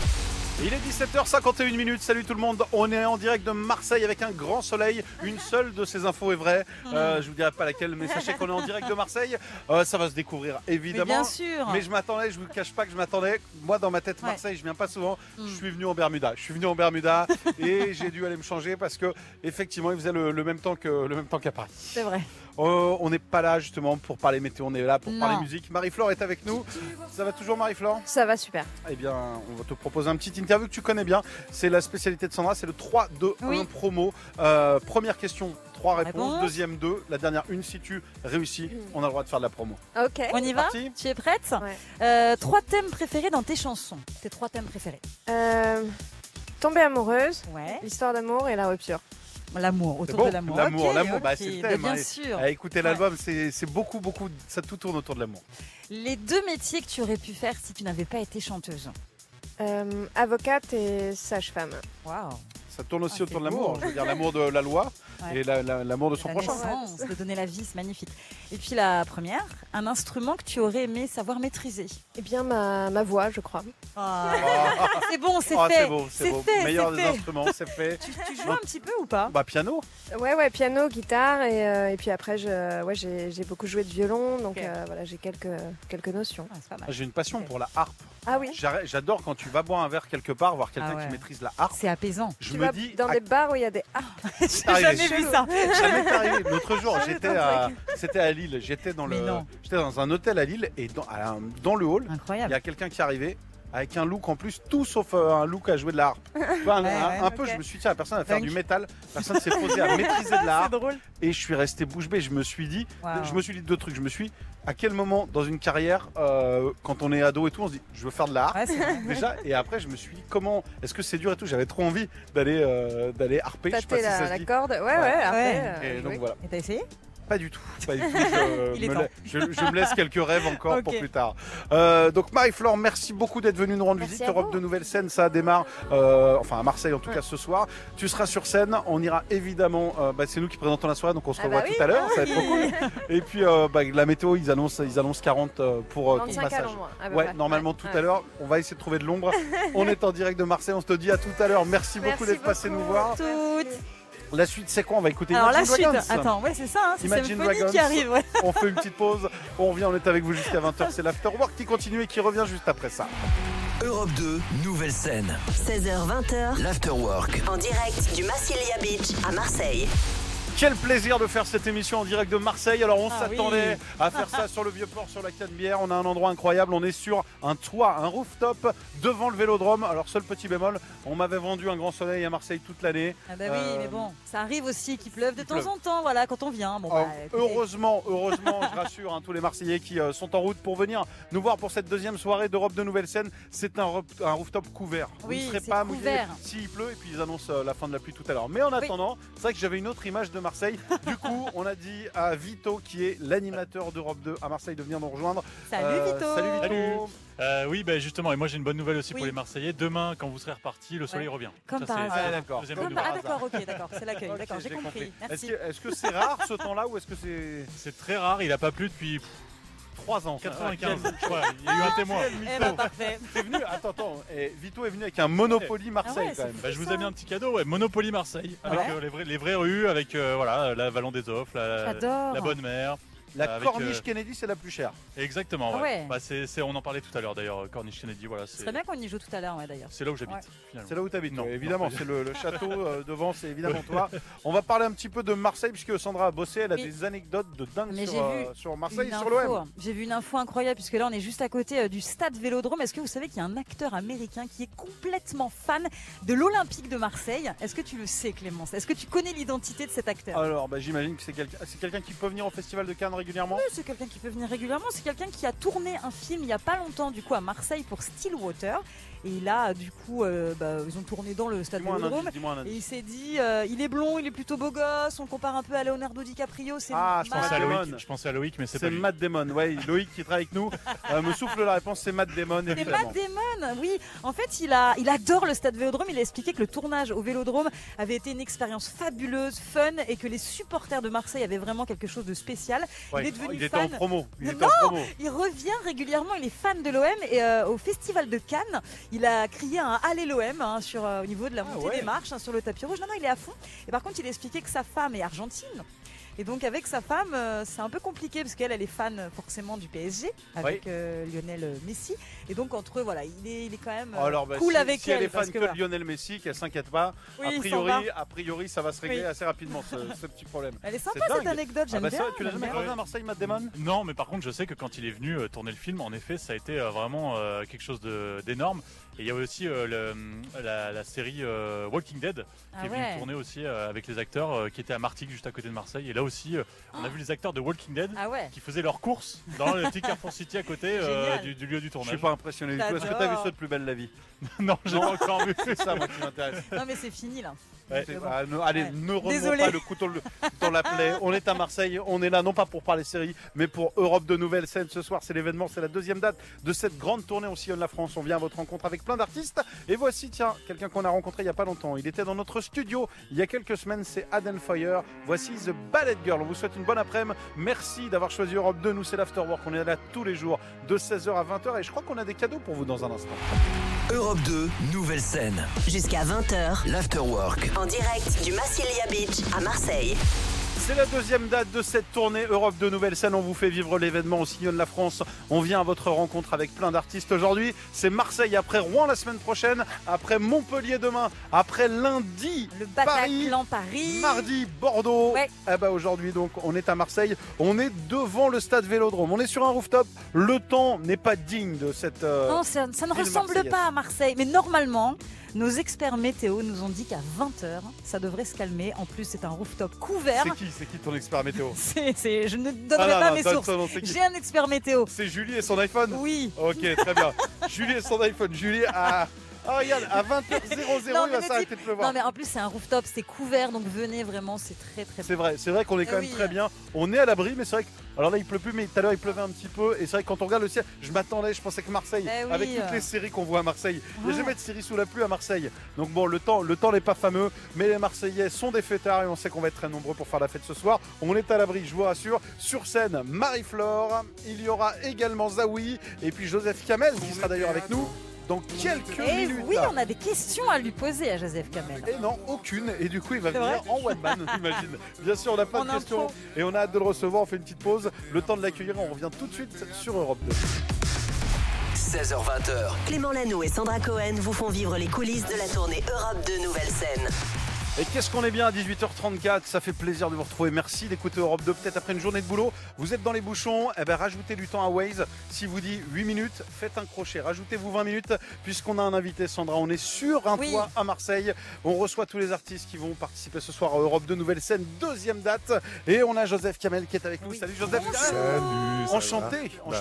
Il est 17h51 minutes. Salut tout le monde. On est en direct de Marseille avec un grand soleil. Une seule de ces infos est vraie.
Mm.
Euh, je vous dirai pas laquelle, mais sachez qu'on est en direct de Marseille. Euh, ça va se découvrir
Mais
évidemment.
bien sûr.
Mais je m'attendais, je vous cache pas que je m'attendais. Moi, dans ma tête,
Ouais.
Marseille, je viens pas souvent.
Mm.
Je suis venu en Bermuda. Je suis venu en
<laughs>
Bermuda et j'ai dû aller me changer parce que effectivement, il faisait le, le même temps que le même temps qu'à Paris.
C'est vrai.
Euh, on n'est pas là justement pour parler météo. On est là pour
Non.
parler musique. Marie-Flore est avec nous. Ça va toujours, Marie-Flore
Ça va super.
eh bien, on va te proposer un petit interview que tu connais bien. C'est la spécialité de Sandra, c'est le 3, 2, 1
Oui. Ah
promo. Euh, première question, 3 réponses.
Réponse.
Deuxième, 2. La dernière, une. Si tu réussis,
Mm.
on a le droit de faire de la promo.
Ok.
On y va
parti
Tu es prête
Ouais.
Euh, Trois thèmes préférés dans tes chansons. Tes trois thèmes préférés.
Euh, tomber amoureuse,
Ouais.
l'histoire d'amour et la rupture.
L'amour, autour
bon,
de l'amour.
l'amour,
Ok,
l'amour, bah,
ok.
c'est le
Mais
thème, hein.
Bien sûr.
Eh, écoutez l'album, c'est- c'est beaucoup, beaucoup. Ça tout tourne autour de l'amour.
Les deux métiers que tu aurais pu faire si tu n'avais pas été chanteuse.
Euh, avocate et sage-femme.
Waouh.
Ça tourne aussi
Ah,
autour de
c'est
l'amour.
beau.
Je veux dire, l'amour de la loi
Ouais.
et la- la- l'amour de son
La
prochain.
naissance, de donner la vie, c'est magnifique. Et puis la première, un instrument que tu aurais aimé savoir maîtriser.
Eh bien, ma, ma voix, je crois.
Ah,
<laughs> c'est bon, c'est
ah,
fait.
c'est beau, c'est
c'est
beau.
fait,
Meilleur
c'est
des
fait.
instruments, c'est fait.
Tu, tu joues un petit peu ou pas
Bah, piano.
Ouais, ouais, piano, guitare, et, euh, et puis après, je, ouais, j'ai, j'ai beaucoup joué de violon, donc euh, voilà, j'ai quelques, quelques notions.
Ah, C'est pas mal.
J'ai une passion pour la harpe.
Ah oui,
J'arrête- J'adore quand tu vas boire un verre quelque part, voir quelqu'un
Ah ouais.
qui maîtrise la harpe.
C'est apaisant.
Je
tu
me
vas
dis,
dans
à
des bars où il y a des Ah, harpes.
<laughs>
C'est
J'ai
arrivé.
jamais vu ça.
Ça m'est arrivé. L'autre
<laughs>
jour,
Ça m'est
j'étais à, c'était à Lille. J'étais dans
Mais
le,
non.
j'étais dans un hôtel à Lille et dans, à un- dans le hall, il y
Incroyable.
a quelqu'un qui arrivait avec un look en plus, tout sauf euh, un look à jouer de la harpe. Tu vois,
<laughs>
un,
Ouais,
un-
ouais,
un peu,
ok.
je me suis dit, tiens, la personne va faire
Punk.
du métal, la personne s'est
<laughs>
posée à maîtriser de la harpe
drôle.
et je suis resté bouche bée. Je me suis dit,
Waouh.
je me suis dit deux trucs. Je me suis, dit, à quel moment dans une carrière, euh, quand on est ado et tout, on se dit, je veux faire de la harpe.
Ouais, c'est vrai.
<laughs> Déjà, et après, je me suis dit, comment est-ce que c'est dur et tout J'avais trop envie d'aller euh, d'aller harper. Je sais pas
Tâter
si
la,
ça se
la
dit.
corde. Ouais, ouais, après. euh,
Et donc
jouer.
voilà.
Et t'as essayé
Pas du tout. Pas
<laughs>
du tout. Je,
Il est
me,
temps.
la- je- je me laisse quelques rêves encore pour
Ok.
plus tard. Euh, donc Marie-Flore, merci beaucoup d'être venue nous rendre
Merci
visite.
à
Europe
vous.
de Nouvelle Scène, ça démarre, euh, enfin à Marseille en tout cas ce soir. Tu seras sur scène, on ira évidemment, euh, bah, c'est nous qui présentons la soirée, donc on se
Ah
revoit
bah
tout à l'heure, ça va être trop cool. Et puis euh, bah, la météo, ils annoncent, ils annoncent 40 euh, pour euh, ton
25
passage.
calons, moi. à peu
Ouais,
près.
normalement tout
Ouais.
à l'heure, on va essayer de trouver de l'ombre. on est en direct de Marseille, on se te dit à tout à l'heure. Merci, beaucoup
Merci
d'être passé nous
beaucoup.
voir.
Toutes.
La suite c'est quoi On va écouter
Alors la
Imagine
suite,
Dragons.
attends, ouais, c'est ça, hein, c'est
Imagine
Symphonie qui
Dragons.
arrive. ouais.
On fait une petite pause, on revient, on est avec vous jusqu'à 20h, c'est l'afterwork qui continue et qui revient juste après ça.
Europe 2, nouvelle scène.
16h20h,
L'afterwork.
en direct du Massilia Beach à Marseille.
Quel plaisir de faire cette émission en direct de Marseille. Alors on
Ah
s'attendait à faire ça sur le vieux port, sur la Canebière. On a un endroit incroyable, on est sur un toit, un rooftop devant le vélodrome. Alors seul petit bémol, on m'avait vendu un grand soleil à Marseille toute l'année.
Ah bah oui,
Euh,
mais bon, ça arrive aussi qu'il pleuve de
il
temps
pleuve. Ah,
en temps, voilà, quand on vient. Bon,
Alors,
bah, écoutez,
Oh, heureusement, heureusement,
<laughs>
je rassure hein, tous les Marseillais qui euh, sont en route pour venir nous voir pour cette deuxième soirée d'Europe de Nouvelle-Seine. C'est un, rop- un rooftop couvert.
Oui,
vous ne serez
c'est
pas mouillés
couvert.
s'il pleut et puis ils annoncent euh, la fin de la pluie tout à l'heure. Mais en attendant, c'est vrai que j'avais une autre image de
<laughs>
Marseille. Du coup, on a dit à Vito, qui est l'animateur d'Europe 2 à Marseille, de venir nous rejoindre.
Salut
Euh,
Vito
Salut Vito
Salut. Euh, oui, bah, justement, et moi j'ai une bonne nouvelle aussi
Oui.
pour les Marseillais. Demain, quand vous serez repartis, le soleil
Ouais.
revient.
Comme
Ça,
par
c'est-
hasard.
c'est la
Ah, d'accord.
deuxième
Comme-
bonne
Ah
nouvelle.
d'accord, ok, d'accord, c'est l'accueil,
Ok,
d'accord, j'ai
j'ai
compris.
compris. Est-ce
Merci.
que- est-ce que c'est rare ce temps-là ou est-ce que c'est
C'est très rare, il n'a pas plu depuis pff,
3 ans
95, je crois. Il y a eu un témoin.
Eh ben parfait.
T'es venu Attends, attends. Et Vito est venu avec un Monopoly Marseille
Ah ouais,
quand
c'est
même.
Bah, je vous ai mis un petit cadeau, ouais, Monopoly Marseille, avec
Ah Ouais.
euh, les, vrais- les vraies rues, avec euh, voilà, la Vallon des Offres, la,
J'adore.
la Bonne Mère.
La
Avec,
corniche
euh,
Kennedy, c'est la plus chère.
Exactement,
Ah
ouais.
ouais.
Bah, c'est, c'est- on en parlait tout à l'heure d'ailleurs, Corniche Kennedy, voilà,
Ce
c'est,
serait bien qu'on y joue tout à l'heure, ouais, d'ailleurs.
c'est là où j'habite.
Ouais.
finalement.
C'est là où tu habites,
Non,
évidemment, c'est le, le
<laughs>
château euh, devant, c'est évidemment toi. On va parler un petit peu de Marseille, puisque Sandra a bossé, elle a
Mais-
des anecdotes de dingue
mais
sur,
j'ai vu
euh, sur Marseille et
Une
sur l'OM.
info. J'ai vu une info incroyable puisque là on est juste à côté euh, du stade Vélodrome. Est-ce que vous savez qu'il y a un acteur américain qui est complètement fan de l'Olympique de Marseille Est-ce que tu le sais Clémence Est-ce que tu connais l'identité de cet acteur
Alors, bah, j'imagine que c'est quelqu'un c'est quelqu'un qui peut venir au Festival de Cannes régulièrement.
Oui, C'est quelqu'un qui peut venir régulièrement. C'est quelqu'un qui a tourné un film il n'y a pas longtemps du coup à Marseille pour Stillwater. Et là du coup euh, bah, ils ont tourné dans le stade
Dis-moi un
Vélodrome.
indice, dis-moi un
Et
indice.
il s'est dit, euh, il est blond, il est plutôt beau gosse, on le compare un peu à Leonardo DiCaprio, c'est
Ah, je
Je pensais, à
Matt
Loïc,
Damon.
je pensais à Loïc, mais c'est,
C'est
pas lui.
Matt Damon, ouais, Loïc qui travaille avec nous euh, me souffle la réponse, c'est Matt Damon,
C'est
évidemment.
Matt Damon, oui. En fait, il, a, il adore le stade Vélodrome. Il a expliqué que le tournage au Vélodrome avait été une expérience fabuleuse, fun, et que les supporters de Marseille avaient vraiment quelque chose de spécial.
Ouais,
Il est devenu
était en
fan.
promo. Il
Non,
était en promo.
Il revient régulièrement, il est fan de l'OM et euh, au Festival de Cannes, il a crié un Allez l'OM hein, sur, euh, au niveau de la montée
Ah ouais.
des marches, hein, sur le tapis rouge. Non, non, il est à fond. Et par contre, il expliquait que sa femme est argentine. Et donc avec sa femme, euh, c'est un peu compliqué parce qu'elle, elle est fan euh, forcément du PSG avec euh, Lionel Messi. Et donc entre eux, voilà, il est, il est quand même euh,
Alors, bah,
cool
si,
avec
si
elle,
est fan
parce
que,
que
de
voilà.
Lionel Messi, qu'elle s'inquiète pas,
oui,
a,
il s'en va.
priori, a priori, ça va se régler
Oui.
assez rapidement, ce- ce petit problème.
Elle est
C'est
sympa cette
dingue.
anecdote, j'aime
Ah bah
bien.
ça, tu l'as
j'aime
jamais
bien.
croisé à Marseille, Matt Damon
Non, mais par contre, je sais que quand il est venu euh, tourner le film, en effet, ça a été euh, vraiment euh, quelque chose de- d'énorme. Et il y avait aussi euh, le- la, la série euh, Walking Dead qui
Ah
est
ouais.
venue tourner aussi euh, avec les acteurs euh, qui étaient à Martigues, juste à côté de Marseille. Et là aussi, euh, on a vu les acteurs de Walking Dead
Ah ouais.
qui faisaient leurs courses dans le petit Carrefour City à côté euh,
Génial.
du, du lieu du
Je
tournage.
suis pas impressionné du tout. Est-ce que t'as vu
J'adore.
ça de plus belle la <laughs> vie <laughs>
non, j'ai pas encore vu.
C'est ça, moi, qui m'intéresse.
Non mais c'est fini là. euh,
Ouais,
Mais bon.
ah, ne- allez,
Ouais.
ne remonte
Désolé.
pas le couteau le- dans
<laughs>
la plaie. On est à Marseille, on est là non pas pour parler série, mais pour Europe de nouvelles scènes. Ce soir, c'est l'événement, c'est la deuxième date de cette grande tournée. On sillonne la France, on vient à votre rencontre avec plein d'artistes. Et voici, tiens, quelqu'un qu'on a rencontré il y a pas longtemps. Il était dans notre studio il y a quelques semaines, c'est Aden Foyer. Voici The Ballet Girl. On vous souhaite une bonne après-midi. Merci d'avoir choisi Europe 2. Nous, c'est l'Afterwork. On est là tous les jours de 16h à 20h et je crois qu'on a des cadeaux pour vous dans un instant.
Europe 2, nouvelle scène.
Jusqu'à 20h,
L'Afterwork.
en direct du Massilia Beach à Marseille.
C'est la deuxième date de cette tournée Europe de Nouvelle Scène. On vous fait vivre l'événement au Sillonne la France. On vient à votre rencontre avec plein d'artistes aujourd'hui. C'est Marseille après Rouen la semaine prochaine, après Montpellier demain, après lundi.
Le
Paris,
Bataclan Paris.
Mardi, Bordeaux.
Ouais.
Eh ben, aujourd'hui, donc, on est à Marseille. On est devant le stade Vélodrome. On est sur un rooftop. Le temps n'est pas digne de cette. euh, hein.
Non, ça, ça ne
ville
ressemble
marseillaise.
pas à Marseille. Mais normalement, nos experts météo nous ont dit qu'à 20h, ça devrait se calmer. En plus, c'est un rooftop couvert.
C'est qui, c'est qui ton expert météo
C'est- c'est- je ne donnerai
Ah, non,
pas
non,
mes
donne
sources.
ton nom, c'est qui
J'ai un expert météo.
C'est Julie et son iPhone
Oui.
Ok, très bien. Julie et son iPhone. Julie a. Ah, regarde, à 20h00,
Non,
il
mais
va
ne
s'arrêter de pleuvoir.
Non, mais en plus, c'est un rooftop, c'est couvert, donc venez vraiment, c'est très très
C'est vrai, c'est vrai qu'on est quand
Eh
même
oui.
très bien. On est à l'abri, mais c'est vrai que. Alors là, il pleut plus, mais tout à l'heure, il pleuvait un petit peu. Et c'est vrai que quand on regarde le ciel, je m'attendais, je pensais que Marseille,
Eh oui, Ah.
avec toutes
euh.
les séries qu'on voit à Marseille, il n'y
Ouais.
a jamais de série sous la pluie à Marseille. Donc bon, le temps le temps n'est pas fameux, mais les Marseillais sont des fêtards et on sait qu'on va être très nombreux pour faire la fête ce soir. On est à l'abri, je vous rassure. Sur scène, Marie-Flore, il y aura également Zawi et puis Joseph Kamel qui sera d'ailleurs avec nous dans quelques
Et
minutes.
Eh oui, on a des questions à lui poser à Joseph Kamel.
Et non, aucune. Et du coup, il va
C'est
venir en one man, <laughs> imagine. Bien sûr, on n'a pas
En
de questions.
impro.
Et on a hâte de le recevoir. On fait une petite pause. Le temps de l'accueillir. On revient tout de suite sur Europe 2.
16h20.
Clément Lanoux et Sandra Cohen vous font vivre les coulisses de la tournée Europe de Nouvelle Scène.
Et qu'est-ce qu'on est bien à 18h34. Ça fait plaisir de vous retrouver. Merci d'écouter Europe 2. Peut-être après une journée de boulot, vous êtes dans les bouchons. Eh ben, rajoutez du temps à Waze. Si vous dit 8 minutes, faites un crochet. Rajoutez-vous 20 minutes, puisqu'on a un invité, Sandra. On est sur un
Oui.
toit à Marseille. On reçoit tous les artistes qui vont participer ce soir à Europe 2 Nouvelle Scène, deuxième date. Et on a Joseph Kamel qui est avec nous. Salut Joseph.
Salut, ça va
Enchanté,
Bah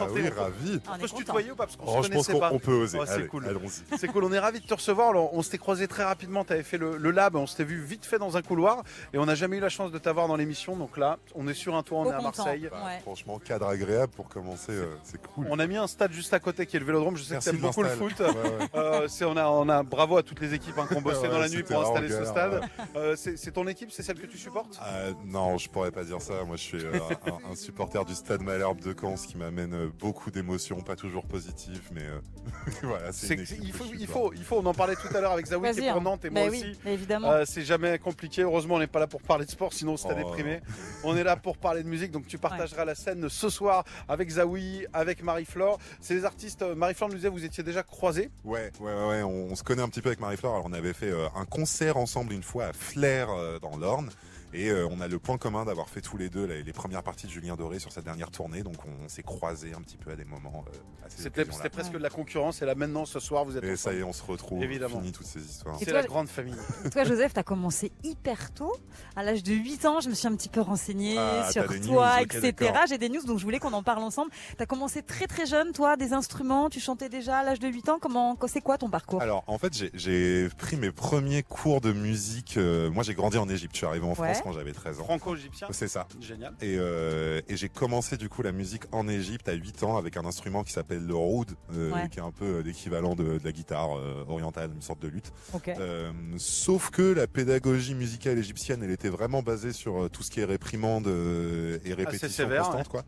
enchanté.
oui,
on peut-
ravi.
On
On
est
peut se
content.
tutoyer ou pas parce qu'on
Oh,
se
je pense
connaissait
qu'on
pas.
on peut oser.
Oh, c'est
Allez,
cool.
Allons-y.
C'est cool, on est ravis de te recevoir. Alors, on s'était croisé très rapidement, tu avais fait le, le lab, on s'était vu vite fait dans un couloir et on n'a jamais eu la chance de t'avoir dans l'émission. Donc là, on est sur un toit, on
Trop
est à
content.
Marseille.
Bah,
Ouais.
Franchement, cadre agréable pour commencer, euh, c'est cool.
On a mis un stade juste à côté qui est le vélodrome. Je sais
Merci
que
de
t'aimes beaucoup le
l'install.
foot.
Ouais, ouais.
<laughs> Euh, c'est- on, a, on a bravo à toutes les équipes hein, qui ont bossé
Ouais,
dans la nuit
c'était
pour installer
en
ce
galère,
stade. Euh, c'est c'est ton équipe, c'est celle que tu supportes
Euh, non, je pourrais pas dire ça. Moi, je suis euh, un, un supporter du Stade Malherbe de Caen, ce qui m'amène euh, beaucoup d'émotions, pas toujours positives, mais euh, <laughs> voilà, c'est
C'est-
une
c'est-
équipe
il,
que
faut,
je
il,
supporte.
faut, il faut, on en parlait tout à l'heure avec Zawi qui
Vas-y,
est
hein.
pour Nantes et
Bah
moi
oui,
aussi.
mais évidemment.
Euh, c'est jamais compliqué. Heureusement, on n'est pas là pour parler de sport, sinon on serait
Oh.
déprimé. On est là pour parler de musique. Donc, tu partageras la scène ce soir avec Zawi, avec Marie-Flore. C'est les artistes. euh, Marie-Flore nous disait, vous étiez déjà croisés.
Ouais, ouais, ouais, ouais, On, on se connaît un petit peu avec Marie-Flore. Alors, on avait fait euh, un concert ensemble une fois à Flair euh, dans l'Orne. Et euh, on a le point commun d'avoir fait tous les deux les, les premières parties de Julien Doré sur sa dernière tournée. Donc, on, on s'est croisés un petit peu à des moments euh, à ces
C'était
occasions-là.
c'était presque de la concurrence. Et là, maintenant, ce soir, vous êtes.
Et ça
ensemble.
y est, on se retrouve.
Évidemment.
Fini toutes ces histoires.
Et
C'est
toi,
la grande famille.
Toi, Joseph, t'as commencé hyper tôt. À l'âge de 8 ans, je me suis un petit peu renseignée
Ah,
sur
t'as des
toi,
news, ok,
etc.
d'accord.
J'ai des news, donc je voulais qu'on en parle ensemble. T'as commencé très très jeune, toi, des instruments. Tu chantais déjà à l'âge de 8 ans. Comment, c'est quoi ton parcours
Alors, en fait, j'ai- j'ai pris mes premiers cours de musique. euh, moi, j'ai grandi en Égypte. Je suis arrivé en France
Ouais.
quand j'avais 13 ans.
Franco-égyptien.
C'est ça.
Génial.
Et, euh, et j'ai commencé du coup la musique en Égypte à 8 ans avec un instrument qui s'appelle le oud, euh,
Ouais.
qui est un peu euh, l'équivalent de, de la guitare euh, orientale, une sorte de lutte.
Ok.
Euh, sauf que la pédagogie musicale égyptienne, elle était vraiment basée sur euh, tout ce qui est réprimande euh, et répétition
sévère,
constante, quoi.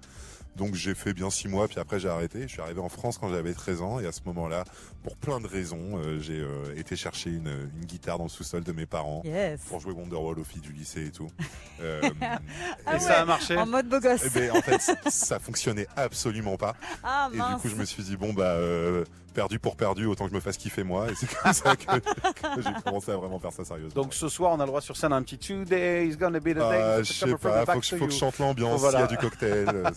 Donc j'ai fait bien six mois, puis après j'ai arrêté. Je suis arrivé en France quand j'avais 13 ans, et à ce moment-là, pour plein de raisons, euh, j'ai euh, été chercher une, une guitare dans le sous-sol de mes parents
Yes.
pour jouer Wonderwall aux filles du lycée
<laughs>
et tout. Euh,
Ah
et
et-
ça a marché.
En mode beau gosse.
eh ben, en fait, <laughs> ça fonctionnait absolument pas.
Ah
Et du
mince.
coup, je me suis dit, bon, bah, euh, perdu pour perdu, autant que je me fasse kiffer moi. Et c'est comme ça que, que j'ai commencé à vraiment faire ça sérieusement.
Donc, ce soir, on a le droit sur scène à un petit Two Days, gonna be the day.
Ah, je
September
sais
from
pas,
the back
faut que, je-
to
faut que je
you.
chante l'ambiance,
Voilà.
il y a du
<laughs>
cocktail. euh,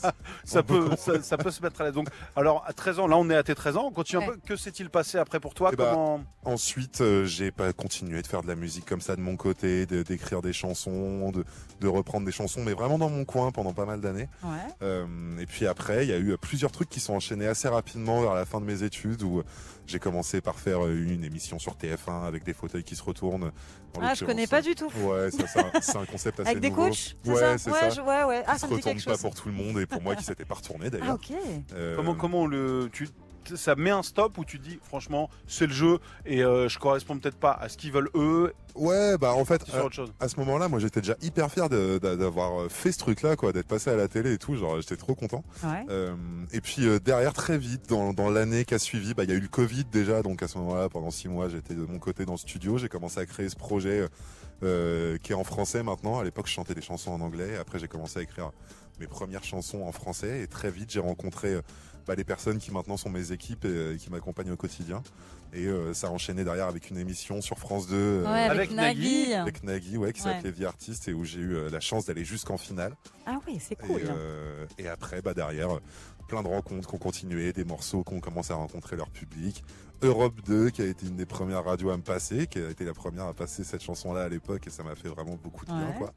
ça peut, ça, ça peut se mettre à l'aise. Donc, alors, à 13 ans, là, on est à tes 13 ans. On continue un
Ouais.
peu. Que s'est-il passé après pour toi
Eh ben,
Comment
Ensuite, euh, j'ai pas continué de faire de la musique comme ça de mon côté, de- d'écrire des chansons, de, de reprendre des chansons, mais vraiment dans mon coin pendant pas mal d'années.
Ouais.
Euh, et puis après, il y a eu euh, plusieurs trucs qui sont enchaînés assez rapidement vers la fin de mes études où où j'ai commencé par faire euh, une émission sur TF1 avec des fauteuils qui se retournent. En
Ah, je
l'occurrence,
connais pas du tout.
Ouais, ça, ça, c'est un concept assez
Avec des
nouveau.
coachs, c'est ça
Ouais, c'est
Ouais,
ça.
je- ouais, ouais. Ah,
Qui
ça me
se
dit
retourne
quelque
pas
chose.
pour tout le monde et pour moi qui s'était pas retourné d'ailleurs.
Ah, ok.
Euh,
Comment, comment on le, tu, ça met un stop où tu dis franchement c'est le jeu et euh, je correspond peut-être pas à ce qu'ils veulent eux.
Ouais, bah en fait,
C'est sur
à,
autre chose.
à ce moment-là, moi j'étais déjà hyper fier de- d'a- d'avoir euh, fait ce truc-là, quoi, d'être passé à la télé et tout. Genre, j'étais trop content.
Ouais.
Euh, et puis euh, derrière, très vite, dans, dans l'année qui a suivi, bah, il y a eu le Covid déjà. Donc à ce moment-là, pendant six mois, j'étais de mon côté dans le studio. J'ai commencé à créer ce projet euh, euh, qui est en français maintenant. À l'époque, je chantais des chansons en anglais. Après, j'ai commencé à écrire mes premières chansons en français. Et très vite, j'ai rencontré euh, bah, les personnes qui maintenant sont mes équipes et, euh, qui m'accompagnent au quotidien. Et euh, ça a enchaîné derrière avec une émission sur France 2. euh,
Ouais, avec Avec Nagui. Nagui.
Avec Nagui, ouais, qui
Ouais.
s'appelait Vie Artiste et où j'ai eu euh, la chance d'aller jusqu'en finale.
<laughs> Ah oui, c'est
Et,
cool.
euh, et après, bah derrière, euh, plein de rencontres qui ont continué, des morceaux qui ont commencé à rencontrer leur public. Europe 2, qui a été une des premières radios à me passer, qui a été la première à passer cette chanson-là à l'époque, et ça m'a fait vraiment beaucoup de bien,
Ouais.
quoi.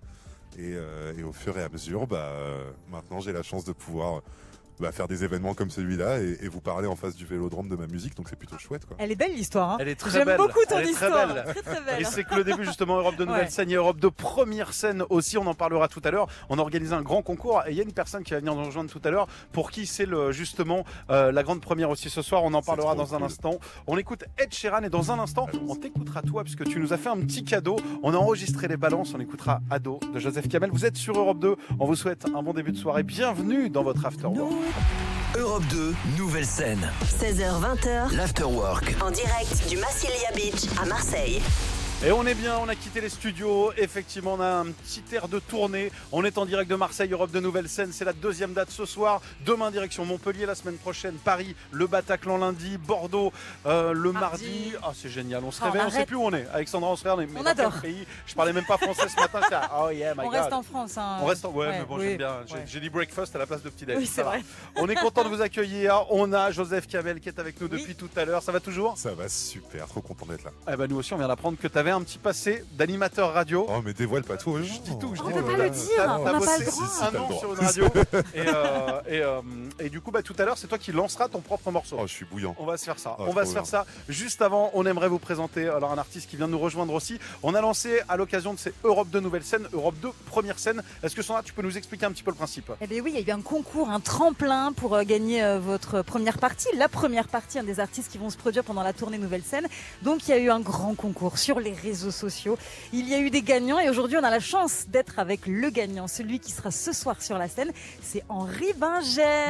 Et, euh, et au fur et à mesure, bah, euh, maintenant j'ai la chance de pouvoir euh, bah, faire des événements comme celui-là et, et vous parler en face du vélodrome de ma musique, donc c'est plutôt chouette, quoi.
Elle est belle l'histoire. hein.
Elle est très
J'aime
belle. Oh
beaucoup ton
Elle est très
histoire.
belle.
Très, très belle.
Et c'est que le début justement Europe de nouvelles
Ouais.
scènes et Europe de première scène aussi, on en parlera tout à l'heure. On a organisé un grand concours et il y a une personne qui va venir nous rejoindre tout à l'heure pour qui c'est le, justement euh, la grande première aussi ce soir. On en parlera dans un instant. On écoute Ed Sheeran et dans un instant on t'écoutera toi puisque tu nous as fait un petit cadeau. On a enregistré les balances, on écoutera Ado de Joseph Kamel. Vous êtes sur Europe 2, on vous souhaite un bon début de soirée. Bienvenue dans votre After Work.
Europe 2, nouvelle scène.
16h20h,
L'afterwork.
en direct du Massilia Beach à Marseille.
Et on est bien, on a quitté les studios, effectivement on a un petit air de tournée, on est en direct de Marseille, Europe de Nouvelle Seine, c'est la deuxième date ce soir, demain direction Montpellier, la semaine prochaine Paris, le Bataclan lundi, Bordeaux euh, le mardi, ah c'est génial, on se
Ah, on
réveille, on sait
arrête.
plus où on est, Alexandra on se réveille, mais
On
dans quel
adore.
pays je parlais même pas français ce matin, c'est ah, oh yeah my
On
God.
reste en France. hein.
On reste en... Ouais, mais bon,
oui.
j'aime bien. J'ai-
Ouais.
J'ai dit breakfast à la place de petit déj.
Oui,
ça
c'est
va.
vrai.
On est content de vous accueillir. On a Joseph Kamel qui est avec nous
Oui.
depuis tout à l'heure. Ça va toujours
Ça va super, trop content d'être là.
Eh ben nous aussi, on vient d'apprendre que tu avais un petit passé d'animateur radio.
Oh, mais dévoile pas tout, je
dis tout, je
Oh,
dis
on
tout.
peut pas le
T'as-
dire,
t'as
on n'a pas
bossé
le droit. Si, si,
un
t'as le
an
droit.
sur une
<laughs>
radio. et, euh, et, euh, et du coup, bah, tout à l'heure, c'est toi qui lanceras ton propre morceau.
Oh, je suis bouillant.
On va se faire ça.
Oh,
on va
trop
se faire
bien.
ça. Juste avant, on aimerait vous présenter alors un artiste qui vient de nous rejoindre aussi. On a lancé à l'occasion de ces Europe 2 nouvelles scènes, Europe 2 première scène. Est-ce que Sandra, tu peux nous expliquer un petit peu le principe
Eh bien oui, il y a eu un concours, un tremplin pour euh, gagner euh, votre première partie, la première partie, un des artistes qui vont se produire pendant la tournée Nouvelle Scène. Donc il y a eu un grand concours sur les réseaux sociaux. Il y a eu des gagnants et aujourd'hui on a la chance d'être avec le gagnant, celui qui sera ce soir sur la scène, c'est Henri Binger.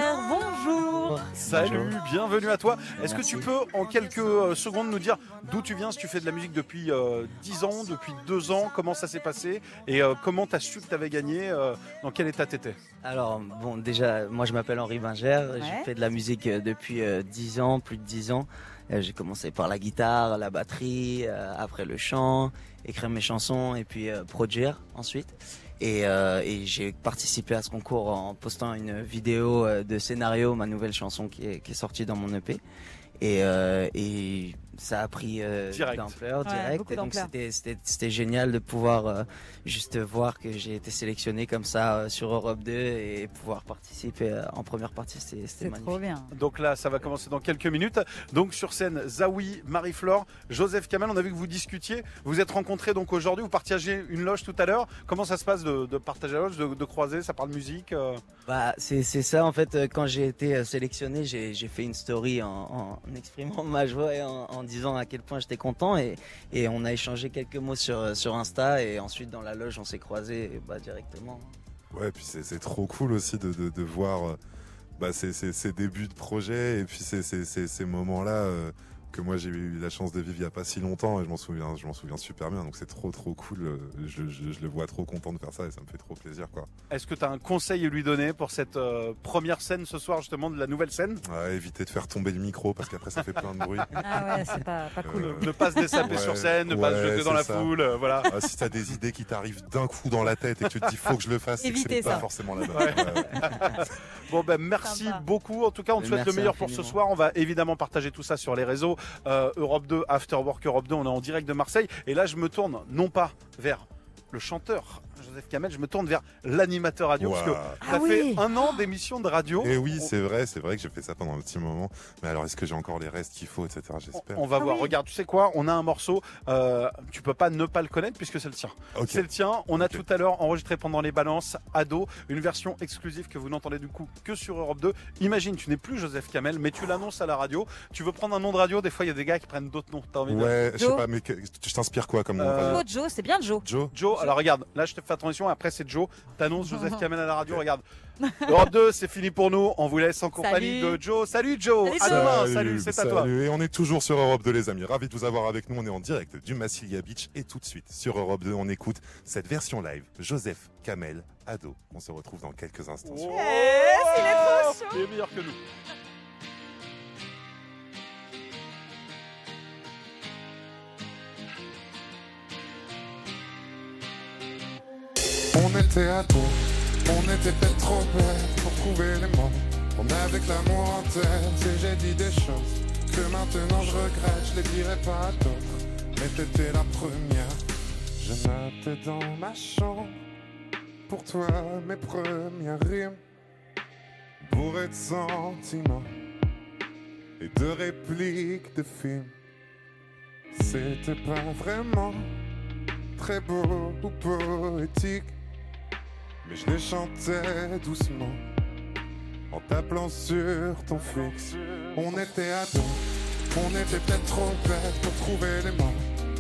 Bonjour.
Salut, bienvenue à toi. Est-ce que tu peux en quelques euh, secondes nous dire d'où tu viens, si tu fais de la musique depuis euh, 10 ans, depuis 2 ans, comment ça s'est passé et euh, comment t'as su que t'avais gagné, euh, dans quel état t'étais
Alors, bon, déjà, moi je m'appelle Henri Binger,
Ouais.
je fais de la musique euh, depuis euh, 10 ans, plus de 10 ans. Euh, J'ai commencé par la guitare, la batterie, euh, après le chant, écrire mes chansons et puis euh, produire ensuite. Et, euh, et j'ai participé à ce concours en postant une vidéo euh, de scénario, ma nouvelle chanson qui est, qui est sortie dans mon EP. Et, euh, et ça a pris euh,
Direct.
d'ampleur
Ouais,
direct.
beaucoup
Et donc
d'ampleur.
c'était- c'était c'était génial de pouvoir euh, juste voir que j'ai été sélectionné comme ça euh, sur Europe 2 et pouvoir participer euh, en première partie, c'était
C'est
c'était magnifique.
trop bien.
Donc là, ça va commencer dans quelques minutes. Donc sur scène, Zawi, Marie-Flore, Joseph Kamel, on a vu que vous discutiez. Vous êtes rencontrés donc aujourd'hui, vous partagez une loge tout à l'heure. Comment ça se passe de, de partager la loge, de, de croiser Ça parle musique euh
Bah, c'est c'est ça en fait. euh, Quand j'ai été euh, sélectionné, j'ai j'ai fait une story en, en exprimant <laughs> ma joie et en, en disant à quel point j'étais content et, et on a échangé quelques mots sur euh, sur Insta et ensuite dans la loge on s'est croisés et, bah, directement.
Ouais, puis c'est c'est trop cool aussi de, de, de voir euh, bah, ces, ces- ces débuts de projet et puis ces, ces, ces, ces moments-là euh, que moi j'ai eu la chance de vivre il n'y a pas si longtemps et je m'en souviens, je m'en souviens super bien. Donc c'est trop trop cool. euh, Je, je, je le vois trop content de faire ça et ça me fait trop plaisir quoi.
Est-ce que tu as un conseil à lui donner pour cette euh, première scène ce soir, justement, de la nouvelle scène
Ouais, évitez de faire tomber le micro parce qu'après ça fait plein de bruit.
Ah ouais, c'est pas, pas cool.
Euh,
<laughs> Ne pas se dessaper sur scène, ne pas se jeter dans
c'est
la foule, euh, voilà.
Ah, si t'as des idées qui t'arrivent d'un coup dans la tête et que tu te dis faut que je le fasse, c'est que
Évitez
c'est pas
ça.
forcément la bonne.
Ouais.
Ouais, ouais.
<laughs> Bon ben merci
Sympa.
beaucoup. En tout cas, on te
Mais
souhaite le
merci
meilleur pour ce
infiniment.
soir. On va évidemment partager tout ça sur les réseaux euh, Europe 2, After Work Europe 2. On est en direct de Marseille. Et là, je me tourne non pas vers le chanteur Joseph Kamel, je me tourne vers l'animateur radio, parce que
Ouah.
t'as
Ah
fait un an d'émission de radio.
Et oui, c'est vrai, c'est vrai que j'ai fait ça pendant un petit moment. Mais alors, est-ce que j'ai encore les restes qu'il faut, etc. J'espère.
On va
Ah
voir. Regarde, tu sais quoi On a un morceau. euh, tu peux pas ne pas le connaître puisque c'est le tien.
Ok.
C'est le tien. On a tout à l'heure enregistré pendant les balances Ado, une version exclusive que vous n'entendez du coup que sur Europe 2. Imagine, tu n'es plus Joseph Kamel, mais tu l'annonces à la radio. Tu veux prendre un nom de radio Des fois, il y a des gars qui prennent d'autres noms. T'as envie de-
Ouais, je sais pas, mais que- je t'inspire quoi comme nom
Euh,
de radio
Joe, Joe, c'est bien Joe.
Joe
Joe, alors regarde, là je te fais attention, après c'est Joe, t'annonces
<laughs>
Joseph Kamel à la radio, regarde. Europe 2, c'est fini pour nous, on vous laisse en compagnie
Salut.
de Joe. Salut Joe, à demain, salut, c'est à toi.
salut. Et on est toujours sur Europe 2, les amis. Ravi de vous avoir avec nous. On est en direct du Massilia Beach. Et tout de suite, sur Europe 2, on écoute cette version live. Joseph Kamel, ado. On se retrouve dans quelques instants. sur-
il est trop chaud. Oh, Il est meilleur que nous.
On était ados, on était peut-être trop bêtes pour trouver les mots. On avait que l'amour en tête et j'ai dit des choses que maintenant je regrette, je les dirai pas à d'autres. Mais t'étais la première. Je notais dans ma chambre pour toi mes premières rimes, bourrées de sentiments et de répliques de films. C'était pas vraiment très beau ou poétique, mais je les chantais doucement en t'appelant sur ton fixe. On était ados, on était peut-être trop bêtes pour trouver les mots.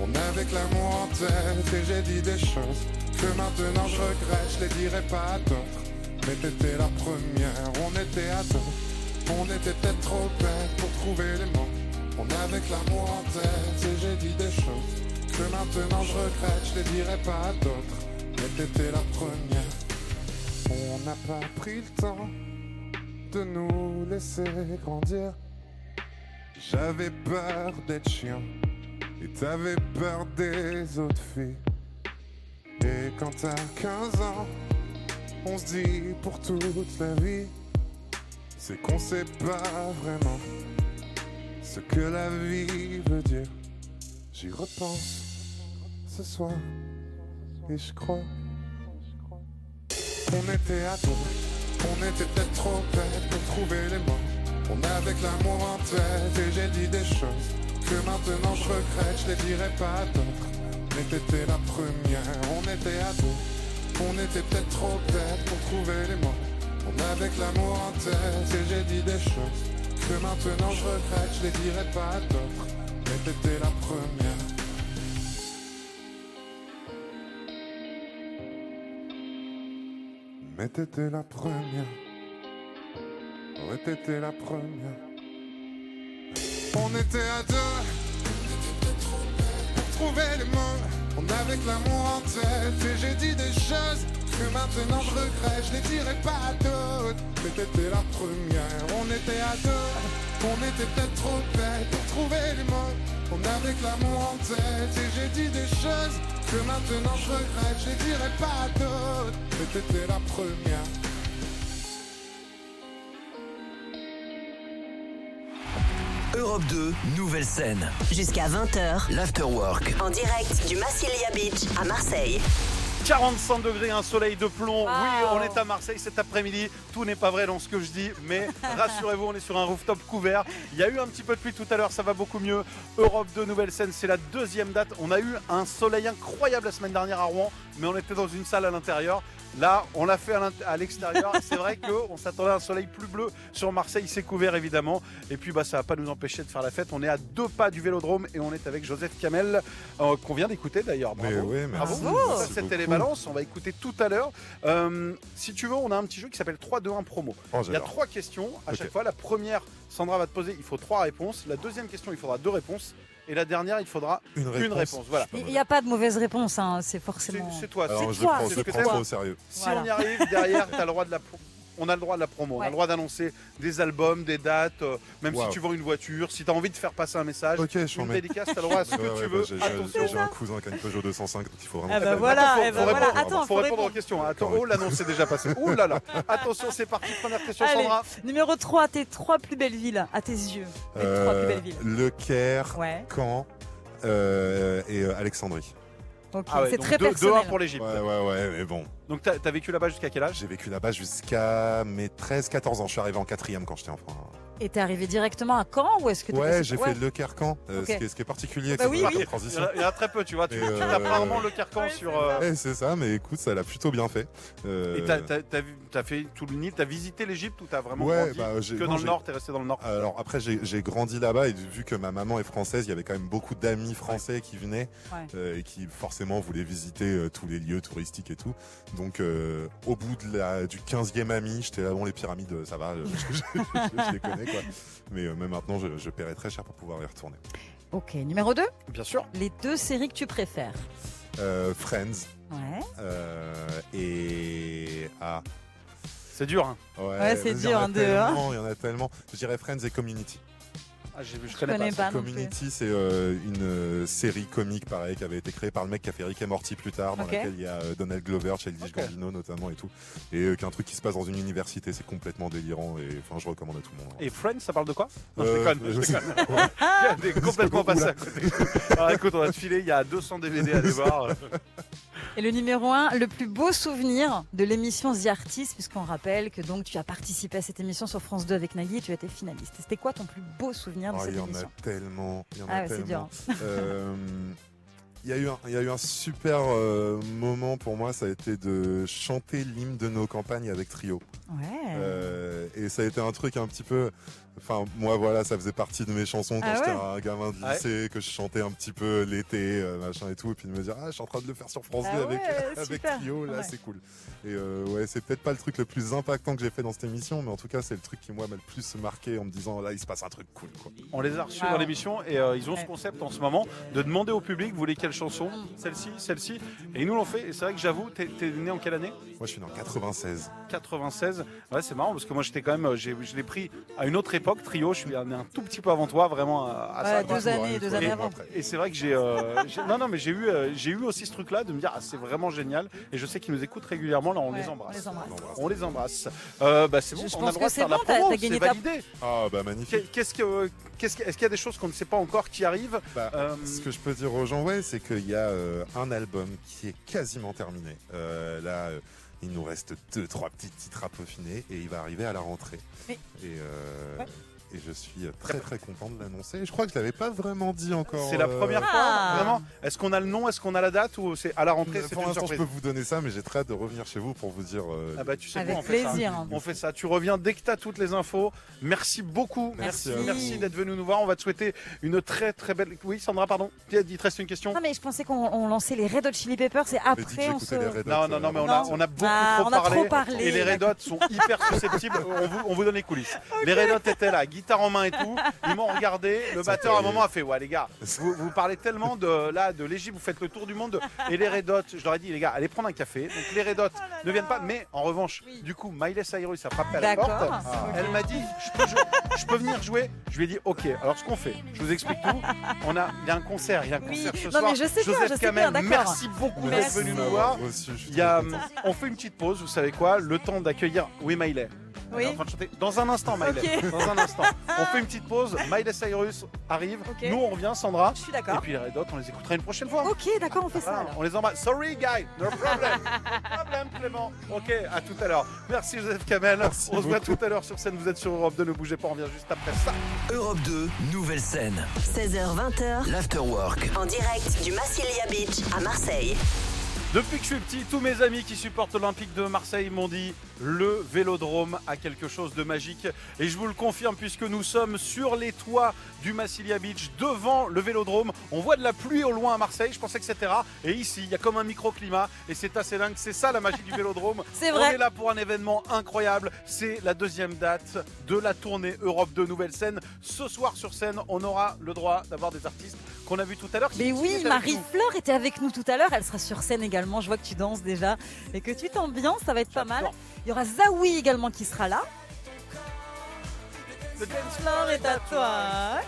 On avait que l'amour en tête et j'ai dit des choses que maintenant je regrette, je les dirai pas à d'autres. Mais t'étais la première, on était ados, on était peut-être trop bêtes pour trouver les mots. On avait que l'amour en tête et j'ai dit des choses que maintenant je regrette, je les dirai pas à d'autres. Mais t'étais la première. On n'a pas pris le temps de nous laisser grandir. J'avais peur d'être chiant et t'avais peur des autres filles. Et quand t'as 15 ans, on se dit pour toute la vie, c'est qu'on sait pas vraiment ce que la vie veut dire. J'y repense ce soir et je crois. On était ados, on était peut-être trop bêtes pour trouver les mots. On avait que l'amour en tête et j'ai dit des choses que maintenant je regrette, je les dirai pas à d'autres. Mais t'étais la première, on était ados, on était peut-être trop bêtes pour trouver les mots. On avait que l'amour en tête et j'ai dit des choses que maintenant je regrette, je les dirai pas à d'autres. Mais t'étais la première. Mais t'étais la première. Ouais, t'étais la première. On était à deux. Pour trouver les mots. On avait que l'amour en tête. Et j'ai dit des choses que maintenant je regrette. Je les dirai pas à d'autres. Mais t'étais la première. On était à deux. On était peut-être trop bêtes pour trouver les mots. On avait que l'amour en tête. Et j'ai dit des choses que maintenant je regrette. Je les dirai pas à d'autres. Mais t'étais la première.
Europe 2, nouvelle scène. Jusqu'à 20h.
L'afterwork.
En direct du Massilia Beach à Marseille.
45 degrés, un soleil de plomb. Oui, on est à Marseille cet après-midi. Tout n'est pas vrai dans ce que je dis, mais rassurez-vous, on est sur un rooftop couvert. Il y a eu un petit peu de pluie tout à l'heure, ça va beaucoup mieux. Europe de nouvelle scène, c'est la deuxième date. On a eu un soleil incroyable la semaine dernière à Rouen, mais on était dans une salle à l'intérieur. Là, on l'a fait à l'int- à l'extérieur. C'est vrai qu'on s'attendait à un soleil plus bleu sur Marseille. C'est couvert évidemment. Et puis, bah, ça va pas nous empêcher de faire la fête. On est à deux pas du Vélodrome et on est avec Joseph Kamel, euh, qu'on vient d'écouter d'ailleurs. Bravo.
Mais ouais, merci,
Bravo.
merci
Ça, c'était les
beaucoup.
balances. On va écouter tout à l'heure. Euh, si tu veux, on a un petit jeu qui s'appelle 3-2-1 promo.
Oh,
Il y a
j'adore.
trois questions à
Ok.
chaque fois. La première, Sandra va te poser. Il faut trois réponses. La deuxième question, il faudra deux réponses. Et la dernière, il faudra une réponse. Voilà.
Il n'y a pas de mauvaise réponse, hein, c'est forcément.
C'est toi.
Alors,
c'est
je
toi.
prends-
C'est
je
ce que
prends
t'aimes.
ça au sérieux.
Si
Voilà.
on y arrive derrière, t'as le droit de la pro- on a le droit de la promo, on a
Ouais.
le droit d'annoncer des albums, des dates, euh, même
Wow.
si tu vends une voiture, si t'as envie de faire passer un message,
Ok, je suis
une dédicace, t'as le droit à ce que tu veux. Attention.
bah, J'ai un cousin qui a une Peugeot 205, donc il faut vraiment.
Ah bah
faire
voilà,
attention.
eh bah
Faut
voilà.
répondre,
Attends,
pardon.
faut répondre aux questions. Attends, oh là non, c'est déjà passé. Oh là là. Attention, c'est parti. Première question,
Allez,
Sandra.
numéro 3, tes trois plus belles villes, à tes yeux. Les trois plus
Euh,
belles villes.
Le Caire,
Ouais.
Caen euh, et euh, Alexandrie.
Ok,
Ah ouais,
c'est
donc
très
deux- deux
personnel.
un pour l'Égypte.
Ouais, ouais, ouais, mais bon.
Donc, t'as as vécu là-bas jusqu'à quel âge
J'ai vécu là-bas jusqu'à mes 13-14 ans. Je suis arrivé en quatrième quand j'étais enfant.
Et t'es arrivé directement à Caen ou est-ce que t'es
Ouais,
passé-
j'ai fait le Carcan, euh, ce,
Ok.
qui est, ce qui est particulier.
Bah
c'est
oui,
pas
oui.
comme transition.
Il y en a- il y en a très peu, tu vois. Tu,
Et,
tu
euh,
tapes rarement le carcan sur. euh,
Eh, c'est ça, mais écoute, ça l'a plutôt bien fait. Euh,
Et t'as- t'as t'as vu- t'as fait tout le Nil, t'as visité l'Égypte ou t'as vraiment
Ouais,
grandi
bah, j'ai-
que
non,
dans le
j'ai-
Nord, t'es resté dans le Nord.
Alors après, j'ai j'ai grandi là-bas et vu que ma maman est française, il y avait quand même beaucoup d'amis français qui venaient
Ouais.
euh, et qui forcément voulaient visiter euh, tous les lieux touristiques et tout. Donc euh, au bout de la, du 15e ami, j'étais là, bon les pyramides, euh, ça va, euh, <laughs> je, je- je- je les connais quoi. Mais euh, même maintenant, je, je paierais très cher pour pouvoir y retourner.
Ok, numéro 2
Bien sûr.
Les deux séries que tu préfères.
Euh, Friends.
Ouais.
Euh, et... Ah.
C'est dur. Hein.
Ouais,
Ouais, c'est
vas-y, il y en
dur,
a
hein, de- hein.
tellement, Il y en a tellement. Je dirais Friends et Community.
Ah, j'ai- je
connais connais pas, pas non plus.
Community, c'est euh, une euh, série comique pareil qui avait été créée par le mec qui a fait Rick et Morty plus tard, dans
Ok.
laquelle il y a euh, Donald Glover, Childish Gambino notamment et tout, et euh, qu'un truc qui se passe dans une université, c'est complètement délirant et enfin je recommande à tout le monde.
Et Friends, ça parle de quoi Non, je
Euh,
déconne, je
je sais
déconne. <laughs>
<laughs>
T'es complètement passé à côté. Alors, écoute, on va te filer, il y a 200 DVD à aller voir.
Et le numéro 1, le plus beau souvenir de l'émission The Artist, puisqu'on rappelle que donc tu as participé à cette émission sur France 2 avec Nagui et tu as été finaliste. C'était quoi ton plus beau souvenir de
Oh,
cette
il y en a
émission
tellement. Il y en a
Ah ouais, c'est
tellement.
dur.
Euh, Il y, a eu un- il y a eu un super euh, moment pour moi, ça a été de chanter l'hymne de nos campagnes avec Trio.
Ouais.
Euh, et ça a été un truc un petit peu. Enfin, moi, voilà, ça faisait partie de mes chansons quand
Ah
j'étais
ouais
un gamin de
Ouais.
lycée, que je chantais un petit peu l'été, euh, machin et tout. Et puis de me dire, ah, je suis en train de le faire sur France
Ah
2 avec,
ouais,
<laughs> avec
super.
Trio, là,
Ouais.
c'est cool. Et euh, ouais, c'est peut-être pas le truc le plus impactant que j'ai fait dans cette émission, mais en tout cas, c'est le truc qui, moi, m'a le plus marqué en me disant, là, il se passe un truc cool, quoi.
On les a reçus
Ah
Wow.
dans l'émission et euh, ils ont ce concept en ce moment de demander au public, vous voulez quelle chanson
Mm.
Celle-ci, celle-ci. Et ils nous l'ont fait. Et c'est vrai que j'avoue, t'es t'es né en quelle année
Moi, je suis né en 96.
96. Ouais, c'est marrant parce que moi j'étais quand même, euh, j'ai- je l'ai pris à une autre époque, trio. Je suis un, un tout petit peu avant toi, vraiment à, à
Ouais,
ça,
deux
quoi.
années, deux
Et-
années avant.
Et c'est vrai que j'ai, euh, j'ai- non, non, mais j'ai eu, euh, j'ai eu aussi ce truc-là de me dire, ah, c'est vraiment génial. Et je sais qu'ils nous écoutent régulièrement. Là, on
Ouais,
les
on
embrasse.
les embrasse.
On les embrasse. Euh, bah, c'est bon,
Je
on a
pense
le droit
que
de
c'est
faire la
bon, t'as-
promo,
t'as gagné
c'est
ta-
validé.
Ah, bah, magnifique.
Qu'est- Qu'est-ce que, qu'est-ce que- est-ce qu'il y a des choses qu'on ne sait pas encore qui arrivent Euh,
Ce Bah, que je peux dire aux gens, ouais, c'est qu'il y a euh, un album qui est quasiment terminé. Euh, là, euh, il nous reste deux, trois petits titres à peaufiner et il va arriver à la rentrée.
Mais-
Et, euh, et je suis très très content de l'annoncer. Je crois que je l'avais pas vraiment dit encore.
C'est la
euh,
première
Ah.
fois, vraiment. Est-ce qu'on a le nom, est-ce qu'on a la date ou c'est à la rentrée C'est
Pour
une
l'instant, je
surprise.
peux vous donner ça, mais j'ai très hâte de revenir chez vous pour vous dire. euh,
Ah bah tu sais
Avec
quoi, on fait
plaisir. hein.
ça. On fait ça. Tu reviens dès que tu as toutes les infos. Merci beaucoup.
Merci
Merci,
à vous.
merci d'être venu nous voir. On va te souhaiter une très très belle. Oui, Sandra, pardon. Il te reste une question.
Non mais je pensais qu'on on lançait les Red Hot Chili Peppers et après on se...
Non, non, non, mais on a,
Non.
on a beaucoup
euh. Ah,
trop,
on a
parlé,
trop parlé.
Et les Red Hot sont hyper
<laughs>
susceptibles. on, vous, on vous donne les coulisses. Les Red Hot étaient là, guitare en main et tout. Ils m'ont regardé. Le batteur, à un moment, a fait Ouais, les gars, vous, vous parlez tellement de là de l'Égypte, vous faites le tour du monde. Et les Red Hot, je leur ai dit Les gars, allez prendre un café. Donc les Red Hot
Oh
ne viennent pas. Mais en revanche, du coup, Miley Cyrus a frappé à la porte.
D'accord. Ah.
Elle m'a dit je peux, jouer- je peux venir jouer Je lui ai dit Ok, alors ce qu'on fait, je vous explique tout. On a, il y a un concert. Il y a un
Oui.
concert ce
Non,
soir.
mais je sais bien,
Joseph
je sais
Kamel,
bien, d'accord.
merci beaucoup d'être
Merci.
venu nous voir.
Moi aussi, je suis
Il y a, euh, on fait une petite pause, vous savez quoi Le temps d'accueillir. Oui, Miley. Elle
Oui.
est en train de chanter. Dans un instant, Miley.
Ok.
Dans
<laughs>
un instant. On fait une petite pause. Miley Cyrus arrive. Nous, on revient, Sandra. Je suis
d'accord.
Et puis les Red Hot, on les écoutera une prochaine fois.
Ok, d'accord, on fait ça.
Voilà,
alors.
on les embrasse. Sorry, guy. No problem. <laughs> problème, Clément. Ok, à tout à l'heure. Merci, Joseph Kamel. on se voit tout à l'heure sur scène. Vous êtes sur Europe 2. Ne bougez pas, on revient juste après ça.
Europe 2, nouvelle scène.
16h, 20h.
L'afterwork.
En direct du Massilia Beach à Marseille.
Depuis que je suis petit, tous mes amis qui supportent l'Olympique de Marseille m'ont dit le vélodrome a quelque chose de magique. Et je vous le confirme puisque nous sommes sur les toits du Massilia Beach, devant le vélodrome. On voit de la pluie au loin à Marseille, je pensais que c'était rare. Et ici, il y a comme un microclimat et c'est assez dingue. C'est ça la magie du vélodrome.
<laughs> C'est vrai.
On est là pour un événement incroyable. C'est la deuxième date de la tournée Europe de Nouvelle Scène. Ce soir sur scène, on aura le droit d'avoir des artistes qu'on a vus tout à l'heure.
Mais
Qui- qui est
oui,
avec
Marie
nous
Fleur était avec nous tout à l'heure. Elle sera sur scène également. Je vois que tu danses déjà et que tu t'ambiances. Ça va être pas mal. Il y aura Zawi également qui sera là.
Le dance
floor est à toi.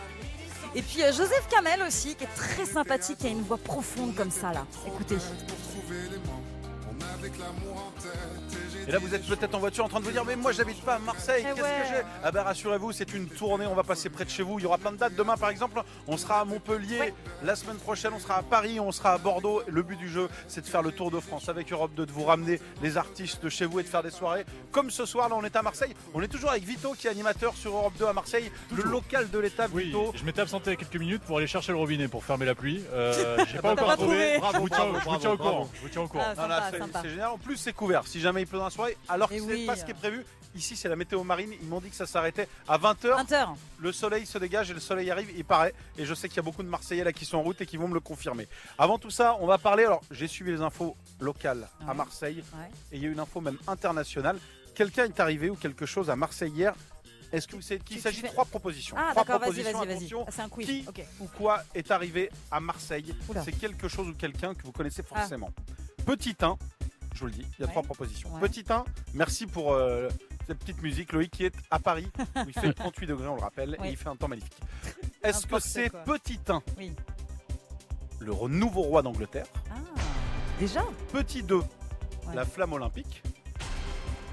Et puis euh, Joseph Kamel aussi, qui est très sympathique, qui a une voix profonde comme ça là. Écoutez.
Pour trouver les mots, on avait avec l'amour en tête. Et j'ai
Et là,
dit
vous êtes peut-être en voiture en train de vous dire, mais moi, j'habite pas à Marseille.
Eh
Qu'est-ce
ouais.
que j'ai Ah bah rassurez-vous, c'est une tournée. On va passer près de chez vous. Il y aura plein de dates. Demain, par exemple, on sera à Montpellier. La semaine prochaine, on sera à Paris. On sera à Bordeaux. Le but du jeu, c'est de faire le tour de France avec Europe 2, de vous ramener les artistes de chez vous et de faire des soirées. Comme ce soir, là, on est à Marseille. On est toujours avec Vito, qui est animateur sur Europe 2 à Marseille, le local de l'étape. Vito.
Je m'étais absenté il y a quelques minutes pour aller chercher le robinet pour fermer la pluie. Euh,
<laughs>
j'ai
Ah bah,
T'as
pas encore
pas
trouvé.
trouvé. Bravo,
Je vous tiens-
bravo,
je vous tiens au
bravo,
courant.
bravo.
Je vous tiens au courant.
Non, là, c'est- c'est génial. En plus, c'est couvert. Si jamais il pleut dans la soirée, alors
Eh
que c'est pas ce qui est prévu. Ici, c'est la météo marine. Ils m'ont dit que ça s'arrêtait à 20h. Le soleil se dégage et le soleil arrive, il paraît. Et je sais qu'il y a beaucoup de Marseillais là qui sont en route et qui vont me le confirmer. Avant tout ça, on va parler. Alors, j'ai suivi les infos locales à Marseille. Et il y a une info même internationale. Quelqu'un est arrivé ou quelque chose à Marseille hier. Est-ce que vous savez de qui il s'agit Trois propositions.
Ah,
Trois
d'accord, vas-y,
propositions,
vas-y, vas-y.
attention.
C'est un quiz.
Qui
Ok.
ou quoi est arrivé à Marseille
Oula. Ah.
C'est quelque chose ou quelqu'un que vous connaissez forcément. Petit 1, je vous le dis, il y a trois propositions.
Ouais.
Petit 1, merci pour euh, cette petite musique, Loïc qui est à Paris, où il
<laughs>
fait 38 degrés, on le rappelle,
Oui.
et il fait un temps magnifique. Est-ce que
N'importe
c'est
quoi.
Petit 1,
Oui. Ah,
le re- nouveau roi d'Angleterre
Déjà
Petit 2, la flamme olympique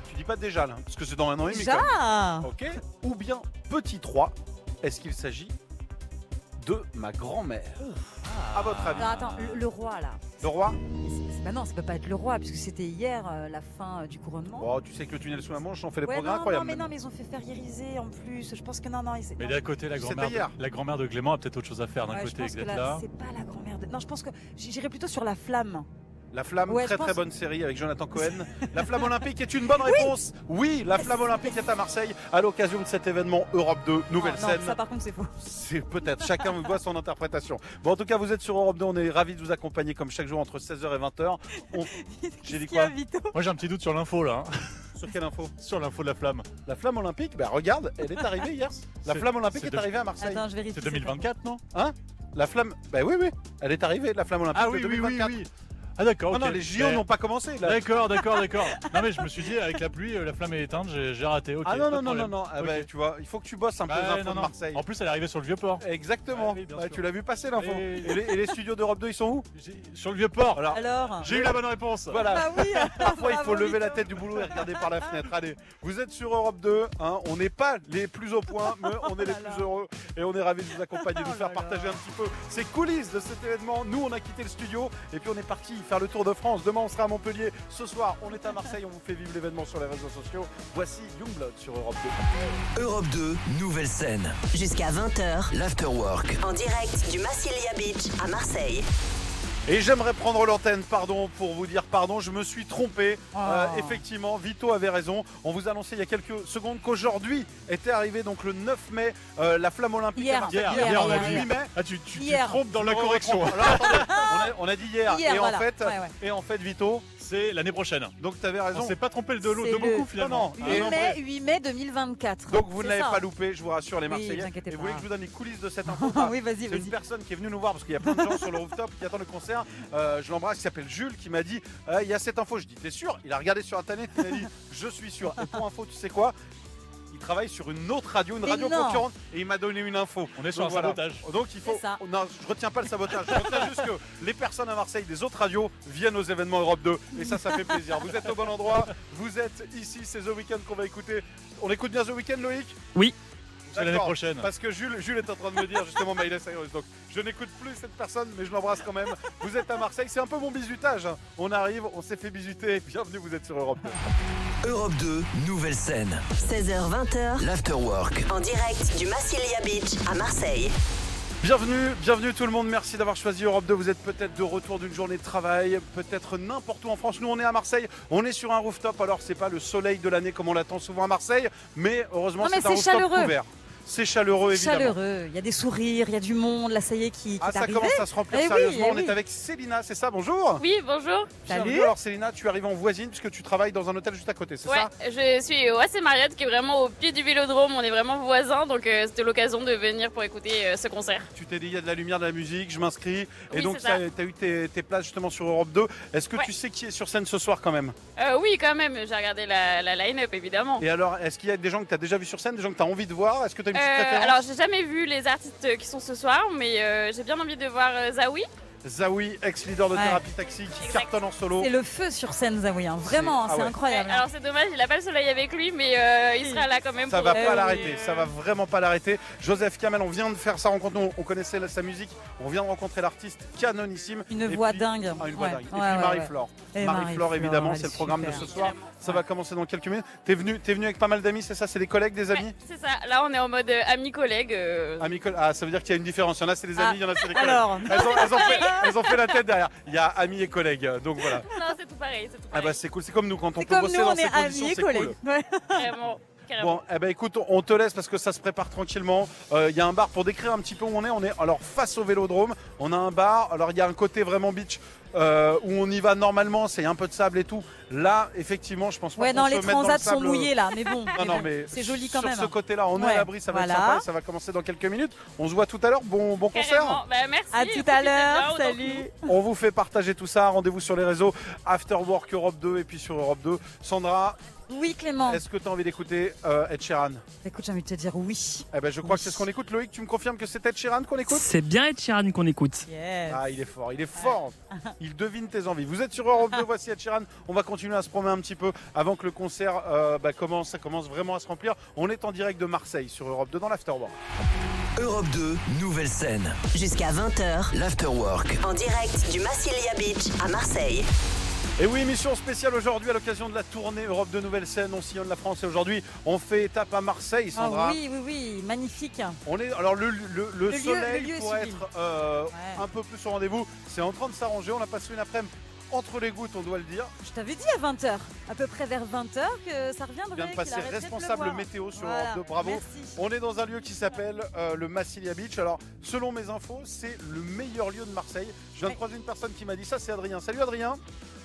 Tu dis pas déjà là, hein, parce que c'est dans un an et demi.
Déjà
quand même. Ok Ou bien Petit 3, est-ce qu'il s'agit de ma grand-mère Ah. À votre avis
Non, Ah, attends, le, le roi là.
Le roi
C'est- Bah non, ça peut pas être le roi, puisque c'était hier euh, la fin euh, du couronnement.
Oh, tu sais que le tunnel sous la Manche, on fait des
Ouais,
progrès
non, non,
incroyables. hein.
mais
maintenant.
non, mais ils ont fait ferrieriser en plus. Je pense que non, non, ils-
Mais
non,
d'à
je-
côté, la
C'était
grand-mère
hier.
de, la grand-mère de Clément a peut-être autre chose à faire. D'un
Ouais, je
côté,
pense que
vous êtes
là,
là.
c'est pas la grand-mère de. Non, je pense que j'irais plutôt sur la flamme.
La Flamme,
Ouais,
très
je pense-
très bonne série avec Jonathan Cohen. <laughs> La Flamme Olympique est une bonne réponse. Oui, la Flamme Olympique est à Marseille à l'occasion de cet événement Europe 2, nouvelle
Ah, non,
scène.
ça par contre c'est faux.
C'est peut-être, chacun voit son interprétation. Bon, en tout cas, vous êtes sur Europe 2, on est ravis de vous accompagner comme chaque jour entre 16h et 20h.
<laughs>
On- J'ai dit quoi
Moi, j'ai un petit doute sur l'info là. hein.
<laughs> Sur quelle info
Sur l'info de la flamme.
La Flamme Olympique, bah regarde, elle est arrivée hier. La
C'est-
Flamme Olympique
c'est
est,
deux-
arrivée à Marseille.
Attends, je vérifie, C'est c'est 2024, non
Hein La Flamme, bah oui, oui, elle est arrivée, la Flamme Olympique
Ah
de
oui, oui, oui,
2024.
oui. Ah d'accord.
Non,
ok.
non, les JO
Eh.
n'ont pas commencé. là.
D'accord, d'accord, d'accord. Non mais je me suis dit avec la pluie, euh, la flamme est éteinte, j'ai j'ai raté. ok,
ah non,
pas de
non, non, non,
problème.
non, ah
Ok.
bah, tu vois, il faut que tu bosses un peu
Bah,
les infos
non,
de
non.
Marseille.
En plus, elle est arrivée sur le vieux port.
Exactement. Ouais, tu l'as vu passer l'info.
Et-
Et, les- et les studios d'Europe 2, ils sont où
Sur le vieux port.
Alors,
Alors
J'ai eu la bonne réponse.
Voilà.
Bah oui.
<laughs> Parfois, il faut
Bravo,
lever la tête du boulot et regarder par la fenêtre. Allez, vous êtes sur Europe 2. hein. On n'est pas les plus au point, mais
Oh
on est les plus heureux. Et on est ravis de vous accompagner, de vous faire partager un petit peu ces coulisses de cet événement. Nous, on a quitté le studio et puis on est parti faire le tour de France. Demain, on sera à Montpellier. Ce soir, on est à Marseille. On vous fait vivre l'événement sur les réseaux sociaux. Voici Youngblood sur Europe 2.
Europe 2, nouvelle scène.
Jusqu'à 20h.
L'afterwork.
En direct du Massilia Beach à Marseille.
Et j'aimerais prendre l'antenne, pardon, pour vous dire pardon, je me suis trompé. Euh,
Ah.
effectivement, Vito avait raison. On vous annonçait il y a quelques secondes qu'aujourd'hui était arrivé donc le 9 mai euh, la flamme olympique
Hier.
à Marseille.
Hier, hier, on a
le
dit.
8 mai.
Ah, tu, tu, tu
Hier.
te trompes dans la
Oh,
correction.
on comprend. Alors,
<laughs>
attendez, on, a, on a dit hier,
Hier,
et,
voilà.
en fait,
Ouais, ouais.
et en fait, Vito,
c'est l'année prochaine.
Donc tu avais raison.
On s'est pas trompé de, l'eau-
C'est
de beaucoup
le-
finalement.
Ah, Non, non.
Et-
8 mai, 8 mai 2024.
Donc vous ne
C'est
l'avez
ça.
pas loupé, je vous rassure les
Oui,
Marseillais.
vous inquiétez
et vous
pas.
voulez que je vous donne les coulisses de cette
<laughs>
info Ah,
Oui, vas-y,
C'est une personne qui est venue nous voir parce qu'il y a plein de gens sur le rooftop qui attendent le concert. Euh, je l'embrasse, qui s'appelle Jules, qui m'a dit Euh, il y a cette info. Je dis t'es sûr Il a regardé sur internet, il m'a
<laughs>
dit je suis sûr. Et pour info, tu sais quoi il travaille sur une autre radio, une
Mais
radio
non.
concurrente, et il m'a donné une info.
On est sur un sabotage.
Donc il faut. Non, je retiens pas le sabotage. Je retiens juste que les personnes à Marseille des autres radios viennent aux événements Europe 2, et ça, ça fait plaisir. Vous êtes au bon endroit. Vous êtes ici. C'est The Weeknd qu'on va écouter. On écoute bien The Weeknd, Loïc
Oui.
C'est l'année
D'accord,
prochaine.
Parce que Jules, Jules est en train de me dire justement Miley Cyrus. Donc je n'écoute plus cette personne, mais je l'embrasse quand même. Vous êtes à Marseille, c'est un peu mon bisutage. hein. On arrive, on s'est fait bisuter. Bienvenue, vous êtes sur Europe 2.
Europe 2, nouvelle scène.
16h, 20h.
L'afterwork.
En direct du Massilia Beach à Marseille.
Bienvenue, bienvenue tout le monde, merci d'avoir choisi Europe 2. Vous êtes peut-être de retour d'une journée de travail, peut-être n'importe où en France. Nous on est à Marseille, on est sur un rooftop, alors c'est pas le soleil de l'année comme on l'attend souvent à Marseille, mais heureusement
Non, mais
c'est
c'est
un rooftop
chaleureux.
couvert. C'est chaleureux évidemment.
Chaleureux, il y a des sourires, il y a du monde, là ça y est qui, qui
Ah
est
ça
arrivé.
commence à se remplir
Eh oui,
sérieusement,
eh
on est
oui.
avec Célina, c'est ça, bonjour
Oui, bonjour.
Bienvenue. Alors Célina, tu arrives en voisine puisque tu travailles dans un hôtel juste à côté, c'est
Ouais,
ça
je suis au AC Mariette qui est vraiment au pied du vélodrome. On est vraiment voisins, donc euh, c'était l'occasion de venir pour écouter euh, ce concert.
Tu t'es dit, il y a de la lumière, de la musique, je m'inscris.
Oui,
et donc,
c'est ça.
tu as eu tes, tes places justement sur Europe 2. Est-ce que tu sais qui est sur scène ce soir quand même
Euh, oui, quand même, j'ai regardé la, la line-up évidemment.
Et alors, est-ce qu'il y a des gens que tu as déjà vus sur scène, des gens que tu as envie de voir Est-ce que tu as une petite
Euh,
préférence
alors, j'ai jamais vu les artistes qui sont ce soir, mais euh, j'ai bien envie de voir euh, Zawi.
Zawi, ex-leader de
Ouais.
Thérapie Taxi, qui cartonne en solo.
C'est le feu sur scène, Zawi. hein. Vraiment,
C'est- ah
c'est
ouais.
incroyable.
Ouais, alors c'est dommage, il a pas le soleil avec lui, mais euh, il sera là quand même.
Ça
pour
va
nous,
pas
mais,
l'arrêter,
euh,
ça va vraiment pas l'arrêter. Joseph Kamel, on vient de faire sa rencontre, on, on connaissait la- sa musique, on vient de rencontrer l'artiste canonissime.
Une
Et
voix
puis-
dingue.
Ah, une voix
Ouais.
dingue. Et
Ouais,
puis
ouais, ouais.
Marie-Flore.
Et
Marie-Flore,
Marie-Flore,
évidemment,
elle
c'est
est
le programme de
super.
ce soir. Ça va commencer dans quelques minutes. T'es venu, t'es venu avec pas mal d'amis, c'est ça C'est des collègues, des amis
C'est ça, là on est en mode euh, ami-collègue. euh,
Amis, coll- Ah, ça veut dire qu'il y a une différence. Il y en a, c'est des
Ah,
amis, il y en a, c'est des collègues.
alors.
Elles, ont,
<laughs>
elles ont fait, elles ont fait la tête derrière. Il y a amis et collègues, donc voilà.
Non, c'est tout pareil, c'est tout
Ah bah c'est cool, c'est comme nous quand on peut
comme
bosser
nous,
dans
on
ces
est amis
conditions,
et
c'est
collègues.
cool.
Vraiment, carrément.
Bon, eh ben écoute, on- on te laisse parce que ça se prépare tranquillement. Euh, Il y a un bar pour décrire un petit peu où on est. On est alors face au Vélodrome. On a un bar. Alors il y a un côté vraiment beach euh, où on y va normalement. C'est un peu de sable et tout. Là, effectivement, je pense pas
Ouais,
qu'on
non,
se
les
mette dans le
transats sont
sable.
mouillés là, mais bon.
<laughs> Non, non,
bon,
mais
c'est joli quand
sur
même.
ce côté-là, on est
Ouais.
à l'abri, ça va
Voilà.
être sympa, et ça va commencer dans quelques minutes. On se voit tout à l'heure, bon, bon concert
Carrément. Bah, merci.
À tout à l'heure, salut.
On vous fait partager tout ça, rendez-vous sur les réseaux After Work Europe 2 et puis sur Europe 2. Sandra,
Oui, Clément.
est-ce que tu as envie d'écouter euh, Ed Sheeran
Écoute, j'ai envie de te dire oui.
Eh ben, je crois que c'est ce qu'on écoute. Loïc, tu me confirmes que c'est Ed Sheeran qu'on écoute
C'est bien Ed Sheeran qu'on écoute.
Ah, il est fort, il
<laughs>
est fort. Il devine tes envies. Vous êtes sur Europe 2, voici Ed Sheeran. On va continuer à se promener un petit peu avant que le concert euh, bah, commence. Ça commence vraiment à se remplir. On est en direct de Marseille sur Europe 2 dans l'Afterwork.
Europe 2, nouvelle scène.
Jusqu'à 20h.
L'Afterwork.
En direct du Massilia Beach à Marseille.
Et oui, émission spéciale aujourd'hui à l'occasion de la tournée Europe de Nouvelle Scène. On sillonne la France et aujourd'hui, on fait étape à Marseille,
Ah
Sandra.
oui, oui, oui, magnifique.
On est alors le, le- le- le
Le lieu-
soleil
le lieu est
pourrait
sublime.
être euh, un peu plus au rendez-vous. C'est en train de s'arranger. On a passé une après-midi entre les gouttes, on doit le dire.
Je t'avais dit à 20h, à peu près vers 20h que ça reviendrait.
Je viens de
qu'il
passer
arrêterait de
responsable
pleuvoir.
météo sur
Voilà.
Europe 2, bravo.
Merci.
On est dans un lieu qui s'appelle euh, le Massilia Beach. Alors, selon mes infos, c'est le meilleur lieu de Marseille. Je viens de croiser une personne qui m'a dit ça, c'est Adrien. Salut Adrien.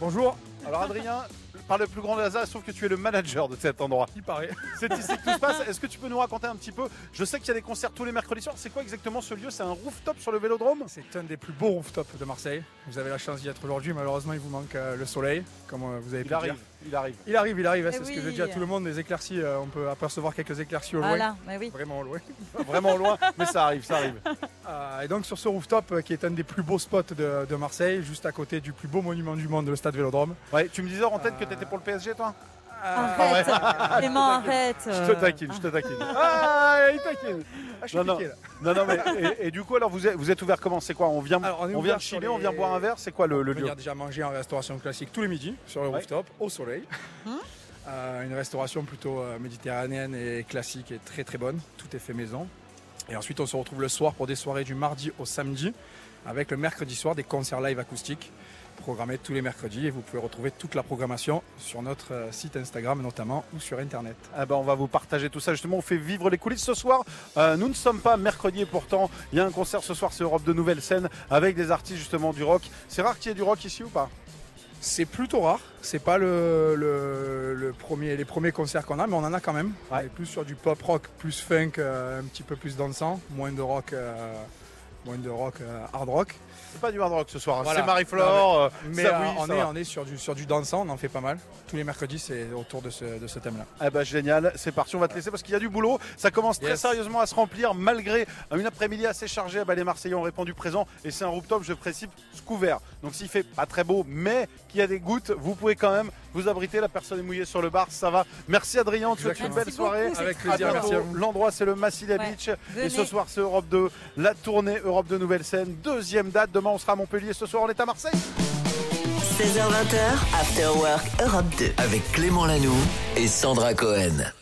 Bonjour. Alors Adrien, <laughs> par le plus grand des hasards, sauf que tu es le manager de cet endroit. Il paraît. C'est ici que tout se passe. Est-ce que tu peux nous raconter un petit peu Je sais qu'il y a des concerts tous les mercredis soirs. C'est quoi exactement ce lieu C'est un rooftop sur le Vélodrome
C'est un des plus beaux rooftops de Marseille. Vous avez la chance d'y être aujourd'hui. Malheureusement, il vous manque euh, le soleil, comme euh, vous avez pu
Il
le
arrive,
dire.
il arrive.
Il arrive, il arrive. hein,
Eh
C'est ce
oui.
que je dis à tout le monde. Les éclaircies, euh, on peut apercevoir quelques éclaircies au loin.
Voilà, mais oui.
Vraiment loin.
<laughs> Vraiment loin, mais ça arrive, ça arrive.
<laughs> Euh, et donc sur ce rooftop, euh, qui est un des plus beaux spots de, de Marseille, juste à côté du plus beau monument du monde, le Stade Vélodrome.
Ouais, tu me disais en tête que t'étais pour le PSG, toi
Arrête,
Ah ouais.
Clément,
Je te taquine.
arrête. euh.
Je te taquine, je te taquine. Ah, il taquine.
Ah, je suis
non, non.
piqué, là.
non, non, mais et, et du coup, alors vous êtes, vous êtes ouvert comment C'est quoi On vient,
Alors,
on
est
vient
ouvert
de
sur
chiller, on vient
les-
boire un verre. C'est quoi le, le
On
lieu
vient déjà manger en restauration classique tous les midis sur le
Ouais.
rooftop, au soleil. Euh, une restauration plutôt euh, méditerranéenne et classique et très très bonne. Tout est fait maison. Et ensuite, on se retrouve le soir pour des soirées du mardi au samedi, avec le mercredi soir des concerts live acoustiques programmés tous les mercredis. Et vous pouvez retrouver toute la programmation sur notre euh, site Instagram notamment ou sur Internet.
Ah ben, on va vous partager tout ça. Justement, on fait vivre les coulisses ce soir. Euh, nous ne sommes pas mercredi et pourtant, il y a un concert ce soir sur Europe de Nouvelle Scène avec des artistes justement du rock. C'est rare qu'il y ait du rock ici ou pas
C'est plutôt rare. C'est pas le, le- le premier, les premiers concerts qu'on a, mais on en a quand même. On est plus sur du pop rock, plus funk, euh, un petit peu plus dansant, moins de rock, euh, moins de rock, euh, hard rock.
C'est pas du hard rock ce soir. hein.
Voilà.
C'est Marie-Flore.
Non,
euh,
Mais, mais,
ça,
euh,
oui,
on,
ça
est,
va.
on est sur du sur du dansant, on en fait pas mal. Tous les mercredis, c'est autour de ce, de ce thème-là.
Ah bah génial, c'est parti, on va te laisser parce qu'il y a du boulot. Ça commence très
Yes.
sérieusement à se remplir malgré une après-midi assez chargée. Ah Bah, les Marseillais ont répondu présent et c'est un rooftop, je précise, sous couvert. Donc s'il fait pas très beau mais qu'il y a des gouttes, vous pouvez quand même vous abriter. La personne est mouillée sur le bar, ça va. Merci Adrien, on te souhaite une
Exactement.
belle
Merci
soirée.
beaucoup, c'est Avec plaisir,
À
merci
bientôt.
à vous.
L'endroit c'est le Massilia
Ouais,
Beach et
venez.
ce soir c'est Europe 2, la tournée Europe 2 Nouvelle Scène, deuxième date. Demain on sera à Montpellier, ce soir on est à Marseille.
16h20, After Work Europe 2.
Avec Clément Lanoux et Sandra Cohen.